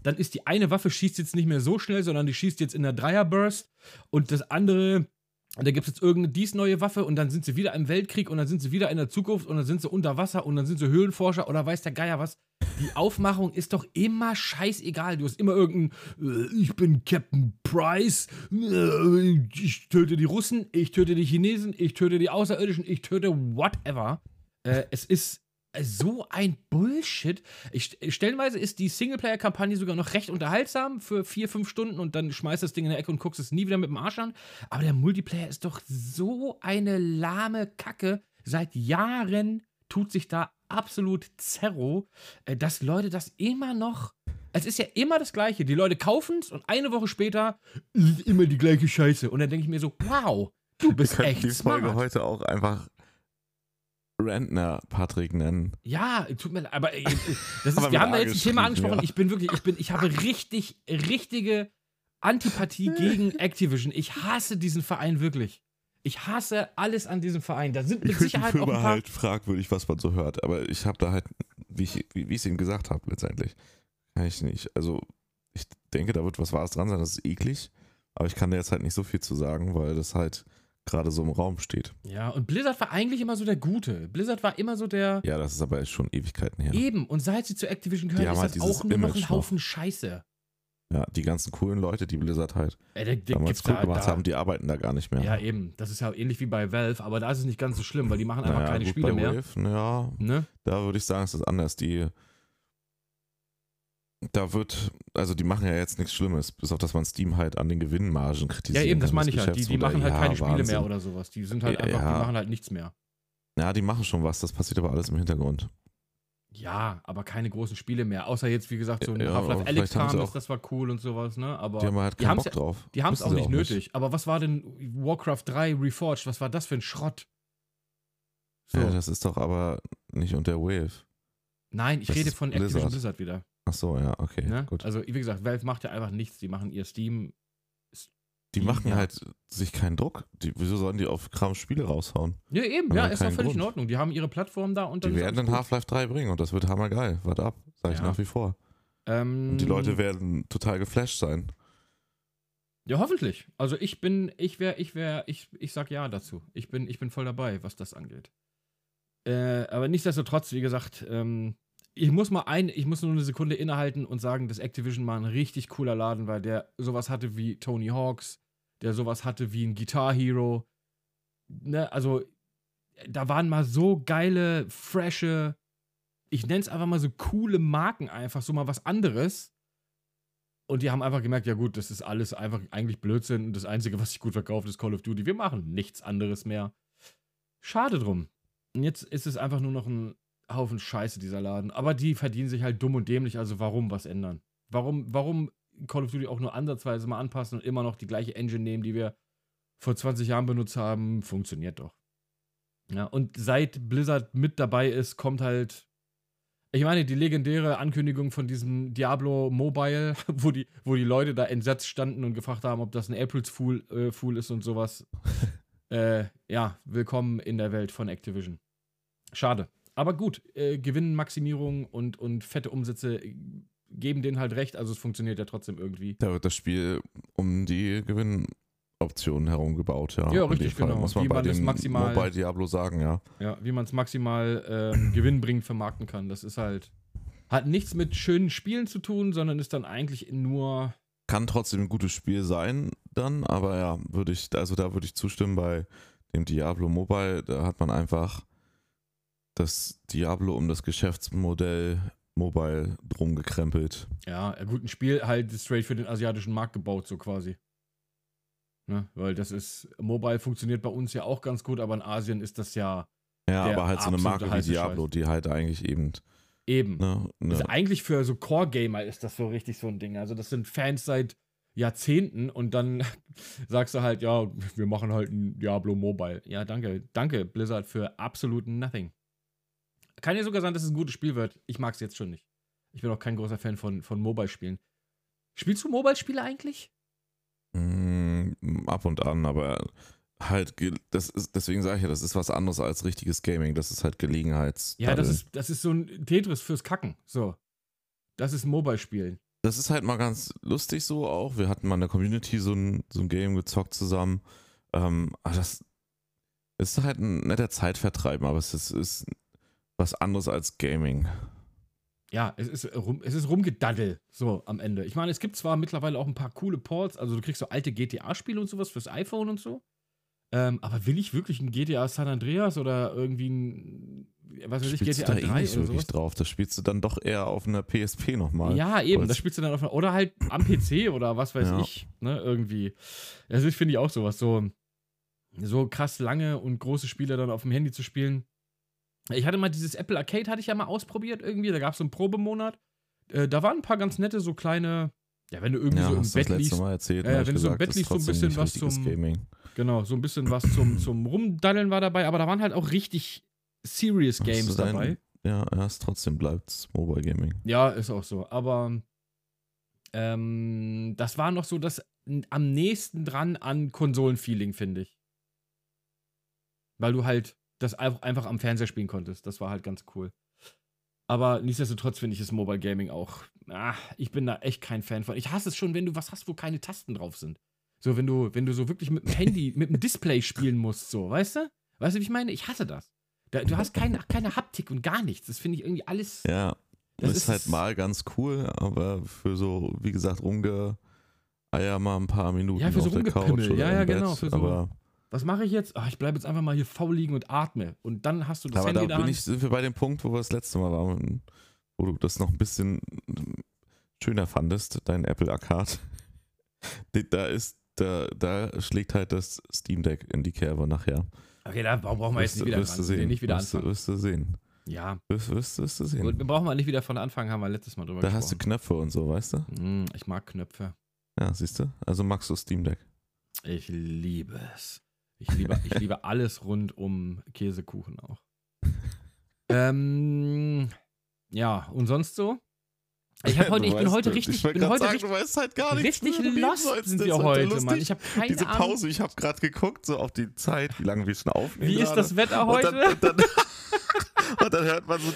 dann ist die eine Waffe schießt jetzt nicht mehr so schnell, sondern die schießt jetzt in der Dreierburst und das andere, da gibt es jetzt irgendeine dies neue Waffe und dann sind sie wieder im Weltkrieg und dann sind sie wieder in der Zukunft und dann sind sie unter Wasser und dann sind sie Höhlenforscher oder weiß der Geier was. Die Aufmachung ist doch immer scheißegal. Du hast immer irgendein, äh, ich bin Captain Price, äh, ich töte die Russen, ich töte die Chinesen, ich töte die Außerirdischen, ich töte whatever. Äh, es ist so ein Bullshit. Ich, stellenweise ist die Singleplayer-Kampagne sogar noch recht unterhaltsam für vier, fünf Stunden und dann schmeißt das Ding in der Ecke und guckst es nie wieder mit dem Arsch an. Aber der Multiplayer ist doch so eine lahme Kacke. Seit Jahren tut sich da absolut Zerro, äh, dass Leute das immer noch. Es ist ja immer das Gleiche. Die Leute kaufen es und eine Woche später ist immer die gleiche Scheiße. Und dann denke ich mir so, wow, du bist
Könnten
echt
die Folge
smart.
heute auch einfach Rentner Patrick nennen.
Ja, tut mir leid, aber
*laughs*
äh, das
Aber
ist,
mit
wir haben da jetzt ein Thema
angeschrieben,
angesprochen.
ja.
Ich bin wirklich, ich bin, ich habe richtig, richtige Antipathie
*laughs*
gegen Activision. Ich hasse diesen Verein wirklich. Ich hasse alles an diesem Verein. Da sind mit
Ich finde die
Sicherheit auch ein
Firma
paar.
halt fragwürdig, was man so hört. Aber ich habe da halt, wie ich wie, wie ich's ihm gesagt habe, letztendlich, kann ich nicht. Also ich denke, da wird was Wahres dran sein. Das ist eklig. Aber ich kann da jetzt halt nicht so viel zu sagen, weil das halt gerade so im Raum steht.
Ja, und Blizzard war eigentlich immer so der Gute. Blizzard war immer so der.
Ja, das ist aber schon Ewigkeiten her.
Eben, und seit sie zu Activision gehört,
haben
ist
halt
das
dieses
auch nur noch
Image
ein Haufen Scheiße.
Ja, die ganzen coolen Leute, die Blizzard halt
Ey, der, der
damals
gibt's
cool
da, halt
gemacht
da,
haben, die arbeiten da gar nicht mehr.
Ja, eben. Das ist ja ähnlich wie bei Valve, aber da ist es nicht ganz so schlimm, weil die machen einfach
Naja,
keine
gut,
Spiele
bei
mehr.
Wave, ja,
Ne?
Da würde ich sagen, es ist anders. Die, da wird, also die machen ja jetzt nichts Schlimmes, bis auf dass man Steam halt an den Gewinnmargen kritisiert.
Ja, eben, das meine ich halt. Die, die machen halt keine Spiele mehr oder sowas. Die sind halt
Ja,
einfach,
ja.
die machen halt nichts mehr.
Ja, die machen schon was, das passiert aber alles im Hintergrund.
Ja, aber keine großen Spiele mehr. Außer jetzt, wie gesagt, so ein
Ja,
Half-Life
aber
Alex
vielleicht haben sie
kam, das,
auch-
das war cool und sowas, ne? Aber
Die haben halt
die
keinen
haben's
Bock drauf.
die haben es auch
Müssen sie
nicht nötig. Aber was war denn Warcraft 3 Reforged? Was war das für ein Schrott? So.
Ja, das ist doch aber nicht unter Wave.
Nein, ich
das
rede
ist
von Activision
Blizzard.
Blizzard wieder.
Ach so, ja, okay,
Ne?
gut.
Also, wie gesagt, Valve macht ja einfach nichts. Die machen ihr Steam.
die machen
ja.
halt sich keinen Druck. Die, wieso sollen die auf Kram Spiele raushauen?
Ja, eben,
Haben
ja,
ja
ist doch
keinen
völlig in
Grund.
Ordnung. Die haben ihre Plattform da und
Die
dann ist
werden
alles
dann
gut.
Half-Life 3 bringen und das wird hammergeil. Warte ab, sag ich
Ja.
nach wie vor.
ähm,
Und die Leute werden total geflasht sein.
Ja, hoffentlich. Also ich bin, ich wäre, ich wäre, ich, ich sag ja dazu. Ich bin, ich bin voll dabei, was das angeht. Äh, aber nichtsdestotrotz, wie gesagt, ähm, ich muss mal ein, ich muss nur eine Sekunde innehalten und sagen, dass Activision mal ein richtig cooler Laden war, der sowas hatte wie Tony Hawks, der sowas hatte wie ein Guitar Hero. Ne, also, da waren mal so geile, frische, ich nenn's einfach mal so coole Marken einfach, so mal was anderes. Und die haben einfach gemerkt, ja gut, das ist alles einfach eigentlich Blödsinn und das Einzige, was sich gut verkauft, ist Call of Duty. Wir machen nichts anderes mehr. Schade drum. Und jetzt ist es einfach nur noch ein Haufen Scheiße, dieser Laden. Aber die verdienen sich halt dumm und dämlich, also warum was ändern? Warum, warum Call of Duty auch nur ansatzweise mal anpassen und immer noch die gleiche Engine nehmen, die wir vor 20 Jahren benutzt haben? Funktioniert doch. Ja, und seit Blizzard mit dabei ist, kommt halt ich meine, die legendäre Ankündigung von diesem Diablo Mobile, *laughs* wo die, wo die Leute da entsetzt standen und gefragt haben, ob das ein April's Fool, äh, Fool ist und sowas. äh, ja, willkommen in der Welt von Activision. Schade. Aber gut, äh, Gewinnmaximierung und, und fette Umsätze äh, geben denen halt recht, also es funktioniert ja trotzdem irgendwie.
Da wird das Spiel um die Gewinnoptionen herum gebaut, ja.
Ja,
In
richtig,
dem Fall
genau.
Muss man
Wie
bei
man es
dem
maximal-
Mobile Diablo sagen, ja.
Ja, wie man es maximal ähm, gewinnbringend vermarkten kann. Das ist halt. Hat nichts mit schönen Spielen zu tun, sondern ist dann eigentlich nur.
Kann trotzdem ein gutes Spiel sein dann, aber ja, würde ich, also da würde ich zustimmen bei dem Diablo Mobile, da hat man einfach das Diablo um das Geschäftsmodell Mobile drum gekrempelt.
Ja, ja, gut, ein Spiel halt straight für den asiatischen Markt gebaut, so quasi. Ne? Weil das ist, Mobile funktioniert bei uns ja auch ganz gut, aber in Asien ist das ja
Ja,
Der
aber halt so eine
absolute
Marke wie
heiße
Diablo, die halt eigentlich eben,
eben.
ne, ne,
Ist eigentlich für so Core-Gamer ist das so richtig so ein Ding. Also das sind Fans seit Jahrzehnten und dann *laughs* sagst du halt, ja, wir machen halt ein Diablo Mobile. Ja, danke. Danke, Blizzard, für absoluten Nothing. Kann ja sogar sein, dass es ein gutes Spiel wird. Ich mag es jetzt schon nicht. Ich bin auch kein großer Fan von, von Mobile-Spielen. Spielst du Mobile-Spiele eigentlich?
Mm, ab und an, aber halt, ge- das ist, deswegen sage ich ja, das ist was anderes als richtiges Gaming. Das ist halt Gelegenheits.
Ja, das ist, das ist so ein Tetris fürs Kacken. So. Das ist Mobile-Spielen.
das ist halt mal ganz lustig so auch. Wir hatten mal in der Community so ein, so ein Game gezockt zusammen. Ähm, aber das ist halt ein netter Zeitvertreib, aber es ist, ist was anderes als Gaming.
Ja, es ist, rum, es ist rumgedaddel, so am Ende. Ich meine, es gibt zwar mittlerweile auch ein paar coole Ports, also du kriegst so alte GTA-Spiele und sowas fürs iPhone und so. Ähm, aber will ich wirklich ein GTA San Andreas oder irgendwie ein, was weiß Also ich,
Spielst du
GTA 3
da eh nicht
oder
wirklich
sowas?
drauf. Das spielst du dann doch eher auf einer PSP nochmal.
Ja, eben,
Oder-
das spielst du dann auf einer- oder halt am PC oder was weiß
Ja.
ich, ne, irgendwie. Das ist, finde ich, auch sowas, so, so krass lange und große Spiele dann auf dem Handy zu spielen. Ich hatte mal dieses Apple Arcade, hatte ich ja mal ausprobiert irgendwie, da gab es so einen Probemonat. Äh, da waren ein paar ganz nette, so kleine, ja, wenn du irgendwie so im
hast du
Bett
das
liegst,
letzte Mal erzählt.
Ja,
ne?
ja,
Ich
wenn du so im
gesagt,
Bett
das ist
liegst, so ein
trotzdem
bisschen
nicht
was
richtiges
zum-
Gaming.
genau, so ein bisschen was zum, zum Rumdaddeln war dabei, aber da waren halt auch richtig serious
Hast du
Games
deinen-
dabei.
Ja, ja, es trotzdem bleibt Mobile Gaming.
Ja, ist auch so. Aber ähm, das war noch so das n- am nächsten dran an Konsolenfeeling, finde ich. Weil du halt das einfach, einfach am Fernseher spielen konntest. Das war halt ganz cool. Aber nichtsdestotrotz finde ich das Mobile Gaming auch. Ah, ich bin da echt kein Fan von. Ich hasse es schon, wenn du was hast, wo keine Tasten drauf sind. So, wenn du, wenn du so wirklich mit dem Handy, mit dem Display spielen musst, so, weißt du? Weißt du, wie ich meine? Ich hasse das. Da, du hast keine, keine Haptik und gar nichts. Das finde ich irgendwie alles.
Ja,
Das
ist,
ist-
halt mal ganz cool, aber für so, wie gesagt, rumge. Eier mal ein paar Minuten
Ja, für
auf
so
der Couch
rumgepimmel.
oder
Ja,
im
ja,
Bett,
genau, für so-
aber,
Was mache ich jetzt? Ah, ich bleibe jetzt einfach mal hier faul liegen und atme. Und dann hast du das
aber
Handy
da
in der
bin
Hand.
ich, sind wir bei dem Punkt, wo wir das letzte Mal waren, wo du das noch ein bisschen schöner fandest, dein Apple Arcade. *laughs* Da ist, da, da schlägt halt das Steam Deck in die Kerbe nachher.
okay, da brauchen wir Oh, jetzt
Wirst du-
nicht wieder
wirst du
dran. Nee,
sehen.
nicht wieder
wirst, du-
anfangen.
wirst du sehen.
Ja,
Wirst, wirst, wirst du sehen.
gut, wir brauchen mal nicht wieder von anfangen, haben wir letztes Mal drüber
da hast du
gesprochen.
Knöpfe und so, weißt du?
Mm, ich mag Knöpfe.
Ja, siehst du? Also magst du Steam Deck.
Ich liebe es. Ich liebe, ich
*laughs*
liebe alles rund um Käsekuchen auch. Ähm, ja, und sonst so? Ich, hab heute,
Du
ich bin
weißt,
heute
du-
richtig,
ich
ich
wollte
bin
grad
heute
sagen,
richtig,
du weißt halt gar nichts.
richtig
wo du hin
lost
sollst.
sind
Das
wir
ist halt
heute,
lustig.
Mann. Ich habe keine
Diese
Ahnung.
Pause, ich habe gerade geguckt, so auf die Zeit, wie lange wir schon aufnehmen.
Wie ist
gerade.
das Wetter
Und
heute?
dann, und, dann, *laughs* und dann hört man so,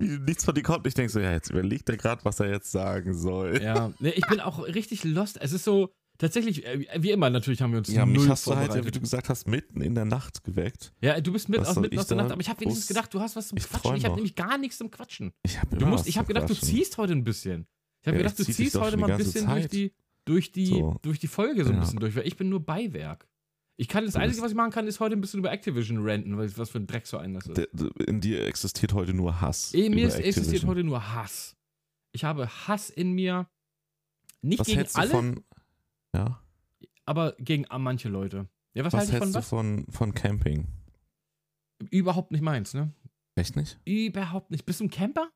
wie nichts von dir kommt. Ich denke so, ja, jetzt überlegt er gerade, was er jetzt sagen soll.
Ja, nee, ich bin auch richtig lost. Es ist so, tatsächlich, äh, wie immer, natürlich haben wir uns
Ja, mich
null
hast du halt, ja, wie
vorbereitet.
du gesagt hast, mitten in der Nacht geweckt.
Ja, du bist mit,
Was
aus,
soll
mitten
ich
aus der
da
Nacht, aber ich habe wenigstens
groß-
gedacht, du hast was zum
Ich
Quatschen.
träum
Ich habe
noch.
nämlich gar nichts zum Quatschen.
Ich habe
Du musst, ich habe gedacht, du ziehst heute ein bisschen. Ich habe
Ja,
gedacht, du
das zieht sich
ziehst
doch
heute
schon die
mal ein
ganze
bisschen durch
Zeit.
die, durch, die,
So.
durch die Folge so ein
Ja.
bisschen durch, weil ich bin nur Beiwerk. Ich kann, das
Du
Einzige,
bist-
was ich machen kann, ist heute ein bisschen über Activision ranten, weil was für ein Dreck so ein das ist.
In dir existiert heute nur Hass.
Eh, mir
über
ist, existiert
Activision.
heute nur Hass. Ich habe Hass in mir. Nicht
was
gegen
hältst
alle,
du von. Ja,
aber gegen ah, manche Leute. Ja, was,
was,
halte ich von
hältst du
was?
von, von Camping?
Überhaupt nicht meins, ne?
Echt nicht?
Überhaupt nicht. Bist du ein Camper?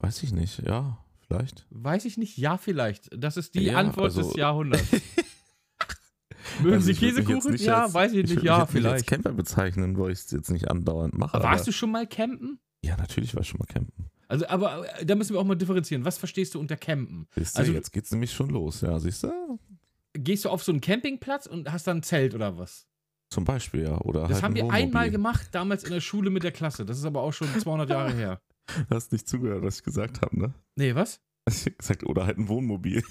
Weiß ich nicht, ja, vielleicht.
Weiß ich nicht. Ja, vielleicht. Das ist die
Ja,
Antwort
also-
des
*laughs*
Jahrhunderts. Mögen
Also
Sie
ich würd mich jetzt
Käsekuchen?
nicht
Ja,
als-
weiß ich nicht.
würd
Ja,
mich jetzt nicht als
vielleicht.
Camper bezeichnen, wo ich es jetzt nicht andauernd mache.
Aber
aber-
warst du schon mal campen?
Ja, natürlich war ich schon mal campen.
Also, aber äh, da müssen wir auch mal differenzieren. Was verstehst du unter campen?
Siehst du,
Also-
jetzt geht's nämlich schon los, ja, siehst du?
Gehst du auf so einen Campingplatz und hast dann ein Zelt oder was?
Zum Beispiel, ja. Oder
Das
halt
haben
ein
wir
Wohnmobil.
einmal gemacht, damals in der Schule mit der Klasse. Das ist aber auch schon 200 Jahre her.
Hast nicht zugehört, was ich gesagt habe, ne? *laughs*
Nee, was?
Ich hab gesagt, oder halt ein Wohnmobil.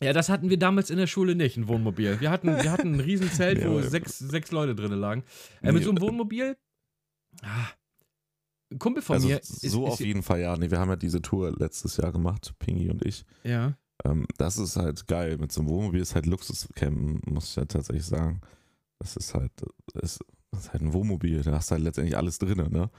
Ja, das hatten wir damals in der Schule nicht, ein Wohnmobil. Wir hatten, wir hatten ein Riesenzelt, wo
*laughs* Ja, aber-
sechs, sechs Leute drin lagen. Äh, mit so einem Wohnmobil. Ah, ein Kumpel von
also
mir ist.
so
ist,
auf jeden Fall, ja. Nee, wir haben ja diese Tour letztes Jahr gemacht, Pingi und ich.
Ja.
Ähm, das ist halt geil. Mit so einem Wohnmobil ist halt Luxuscampen, muss ich ja tatsächlich sagen. Das ist halt, das ist halt ein Wohnmobil. Da hast du halt letztendlich alles drin, ne?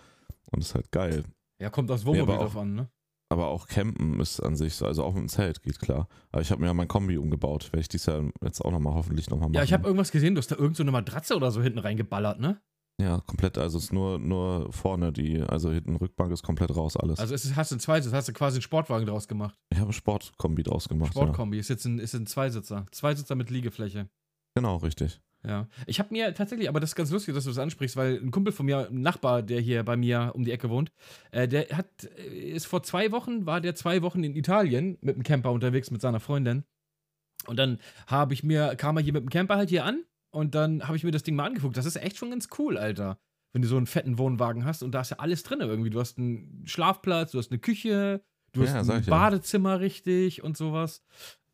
Und ist halt geil.
ja, kommt aufs
Ja,
Wohnmobil
aber auch-
drauf an, ne?
Aber auch Campen ist an sich so, also auch mit dem Zelt geht klar. Aber ich habe mir ja mein Kombi umgebaut. Werde ich dies Jahr jetzt auch nochmal hoffentlich nochmal machen.
Ja, ich habe irgendwas gesehen, du hast da irgendeine so eine Matratze oder so hinten reingeballert, ne?
Ja, komplett. Also es ist nur, nur vorne, die, also hinten Rückbank ist komplett raus alles.
Also es ist, hast du ein Zweisitzer, hast du quasi einen Sportwagen draus gemacht.
ich habe ein Sportkombi draus gemacht. Ja.
Sportkombi, ist jetzt ein, ist ein Zweisitzer. Zweisitzer mit Liegefläche.
Genau, richtig.
Ja. Ich habe mir tatsächlich, aber das ist ganz lustig, dass du das ansprichst, weil ein Kumpel von mir, ein Nachbar, der hier bei mir um die Ecke wohnt, äh, der hat, äh, ist vor zwei Wochen, war der zwei Wochen in Italien mit dem Camper unterwegs mit seiner Freundin. Und dann habe ich mir, kam er hier mit dem Camper halt hier an und dann habe ich mir das Ding mal angeguckt. Das ist echt schon ganz cool, Alter. Wenn du so einen fetten Wohnwagen hast und da ist ja alles drin irgendwie. Du hast einen Schlafplatz, du hast eine Küche, du
Ja,
hast
sag
ein
ich ja.
Badezimmer richtig und sowas.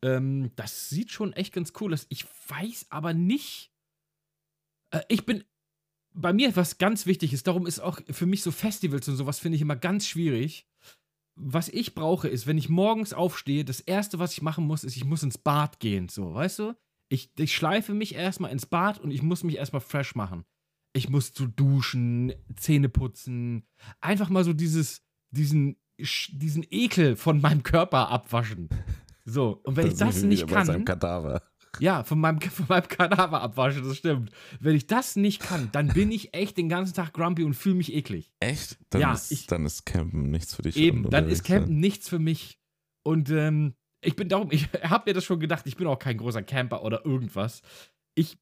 Ähm, das sieht schon echt ganz cool aus. Ich weiß aber nicht. Äh, ich bin. Bei mir was ganz wichtig ist, darum ist auch für mich so Festivals und sowas finde ich immer ganz schwierig. Was ich brauche ist, wenn ich morgens aufstehe, das erste, was ich machen muss, ist, ich muss ins Bad gehen, so, weißt du? Ich, ich schleife mich erstmal ins Bad und ich muss mich erstmal fresh machen. Ich muss zu duschen, Zähne putzen, einfach mal so dieses, diesen, Sch- diesen Ekel von meinem Körper abwaschen. So, und wenn
Da
ich
sind
das
wir
nicht
wieder Bei
kann,
seinem Kadaver.
ja, von meinem, *laughs* von meinem Kadaver abwaschen, das stimmt. Wenn ich das nicht kann, dann bin ich echt den ganzen Tag grumpy und fühle mich eklig.
Echt? Dann,
Ja,
ist,
ich-
dann ist Campen nichts für dich.
Eben,
und
dann ist
unterwegs sein.
Campen nichts für mich. Und ähm, ich bin darum, ich *laughs* habe mir das schon gedacht, ich bin auch kein großer Camper oder irgendwas. Ich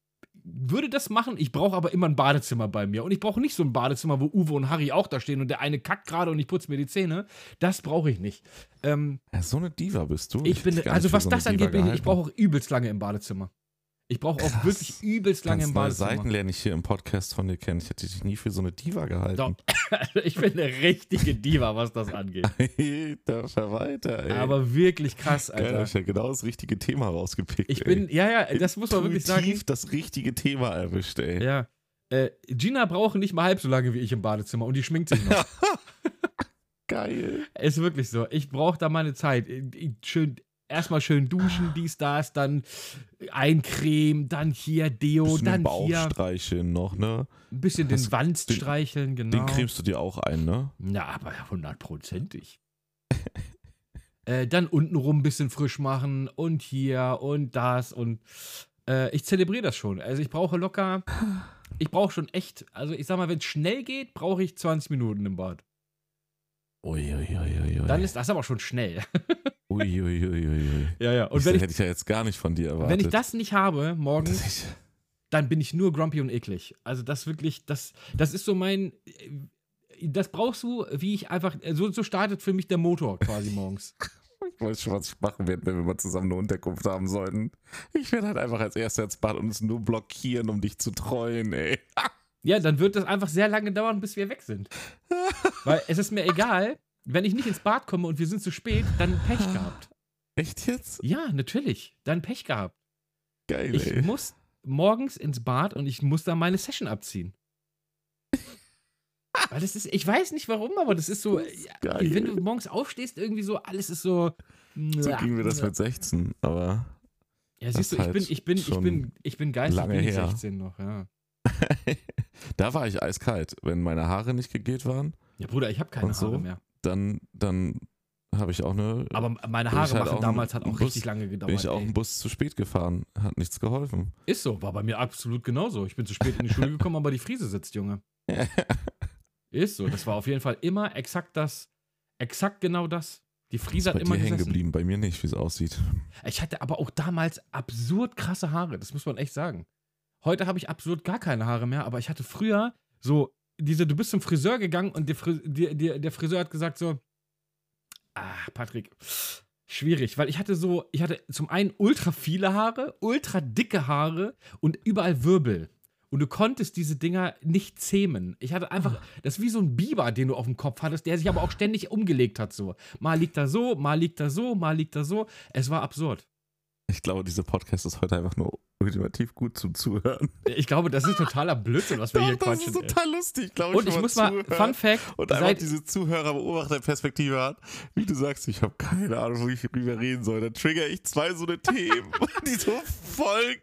würde das machen, ich brauche aber immer ein Badezimmer bei mir. Und ich brauche nicht so ein Badezimmer, wo Uwe und Harry auch da stehen und der eine kackt gerade und ich putze mir die Zähne. Das brauche ich nicht. Ähm,
Ja, so eine Diva bist
ich
du. Oh, hätte
bin,
dich gar
also
nicht für
was
so eine
das
Diva
angeht, bin ich, ich
gehalten.
brauche auch übelst lange im Badezimmer. Ich brauche auch
Krass.
wirklich übelst lange
Ganz
im
neue
Badezimmer.
Seiten lerne ich hier im Podcast von dir kennen. Ich hätte dich nie für so eine Diva *laughs* gehalten.
Also *laughs* ich bin eine richtige Diva, was das angeht.
Alter, Verwalter, ey.
Aber wirklich krass,
Geil,
Alter.
hab ich ja genau das richtige Thema rausgepickt.
Ich bin, ja, ja,
ey. äh,
das muss man wirklich sagen.
Intuitiv das richtige Thema erwischt, ey.
Ja. Äh, Gina braucht nicht mal halb so lange wie ich im Badezimmer und die schminkt sich
*laughs*
noch.
Geil.
Ist wirklich so. Ich brauche da meine Zeit. Ich- Schön, erstmal schön duschen,
Ah.
dies, das, dann eincremen, dann hier Deo,
Bisschen den
dann
Bauch
hier
streicheln noch, ne?
ein bisschen
Hast
den
du-
Wanst
den-
streicheln, genau.
Den cremst du dir auch ein, ne?
Na, aber hundertprozentig. *laughs* äh, dann untenrum ein bisschen frisch machen und hier und das und äh, ich zelebriere das schon. Also ich brauche *sighs* locker, ich brauche schon echt, also ich sag mal, wenn es schnell geht, brauche ich 20 Minuten im Bad.
Uiuiuiui.
Dann ist das aber schon schnell.
Uiuiuiui.
*laughs* ja, ja. *laughs* Und
Das
wenn ich,
hätte ich ja jetzt gar nicht von dir erwartet.
wenn ich das nicht habe morgens,
Dass ich- *laughs*
dann bin ich nur grumpy und eklig. Also das wirklich, das, das ist so mein, äh, das brauchst du, wie ich einfach, äh, so, so startet für mich der Motor quasi morgens.
Ich weiß schon, was ich machen werde, wenn wir mal zusammen eine Unterkunft haben sollten. Ich werde halt einfach als erster ins Bad und es nur blockieren, um dich zu treuen, ey.
Ja, dann wird das einfach sehr lange dauern, bis wir weg
*laughs*
sind. Weil es ist mir egal, wenn ich nicht ins Bad komme und wir sind zu spät, dann Pech gehabt.
Echt jetzt?
Ja, natürlich, dann Pech gehabt.
Geil,
Ich
ey.
muss morgens ins Bad und ich muss dann meine Session
*laughs*
abziehen. Weil das ist, ich weiß nicht warum, aber das ist so,
Geil.
wenn du morgens aufstehst, irgendwie so, alles ist so.
so ging mir das mit 16, aber
Ja, siehst du,
das
ich bin,
halt
ich bin, ich
schon
bin, ich bin geistig,
lange
bin ich
her.
16 noch, ja.
*laughs* da war ich eiskalt. Wenn meine Haare nicht gegelt waren,
Ja, Bruder, ich habe keine
Und so?
Haare mehr.
dann, dann habe ich auch eine.
Aber meine
Bin ich
Haare
halt
machen
auch ein-
damals hat
ein
auch
Bus-
richtig lange gedauert.
bin ich auch
ey.
einen Bus zu spät gefahren. Hat
*laughs*
nichts geholfen.
Ist so, war bei mir absolut genauso. Ich bin zu spät in die Schule gekommen, aber die Friese sitzt, Junge. Ist so, das war auf jeden Fall immer exakt das, exakt genau das. Die Friese hat
Ist bei
immer
dir hängen
gesessen.
geblieben, bei mir nicht, wie es aussieht.
Ich hatte aber auch damals absurd krasse Haare, das muss man echt sagen. Heute habe ich absurd gar keine Haare mehr, aber ich hatte früher so diese, du bist zum Friseur gegangen und der, Fris der, der, der Friseur hat gesagt so, ah, Patrick, schwierig, weil ich hatte so, ich hatte zum einen ultra viele Haare, ultra dicke Haare und überall Wirbel. Und du konntest diese Dinger nicht zähmen. Ich hatte einfach, das ist wie so ein Biber, den du auf dem Kopf hattest, der sich aber auch ständig umgelegt hat. So. Mal liegt er so, mal liegt er so, mal liegt er so. Es war absurd.
Ich glaube, dieser Podcast ist heute einfach nur ultimativ gut zum Zuhören.
Ich glaube, das ist totaler Blödsinn, was wir hier
das ist
quatschen. ey.
total lustig, glaube ich.
Und ich muss mal, Fun Fact,
und einfach
seit,
diese Zuhörer-Beobachter-Perspektive hat. Wie du sagst, ich habe keine Ahnung, wo ich drüber reden soll. Dann trigger ich zwei so eine Themen, *laughs* die so voll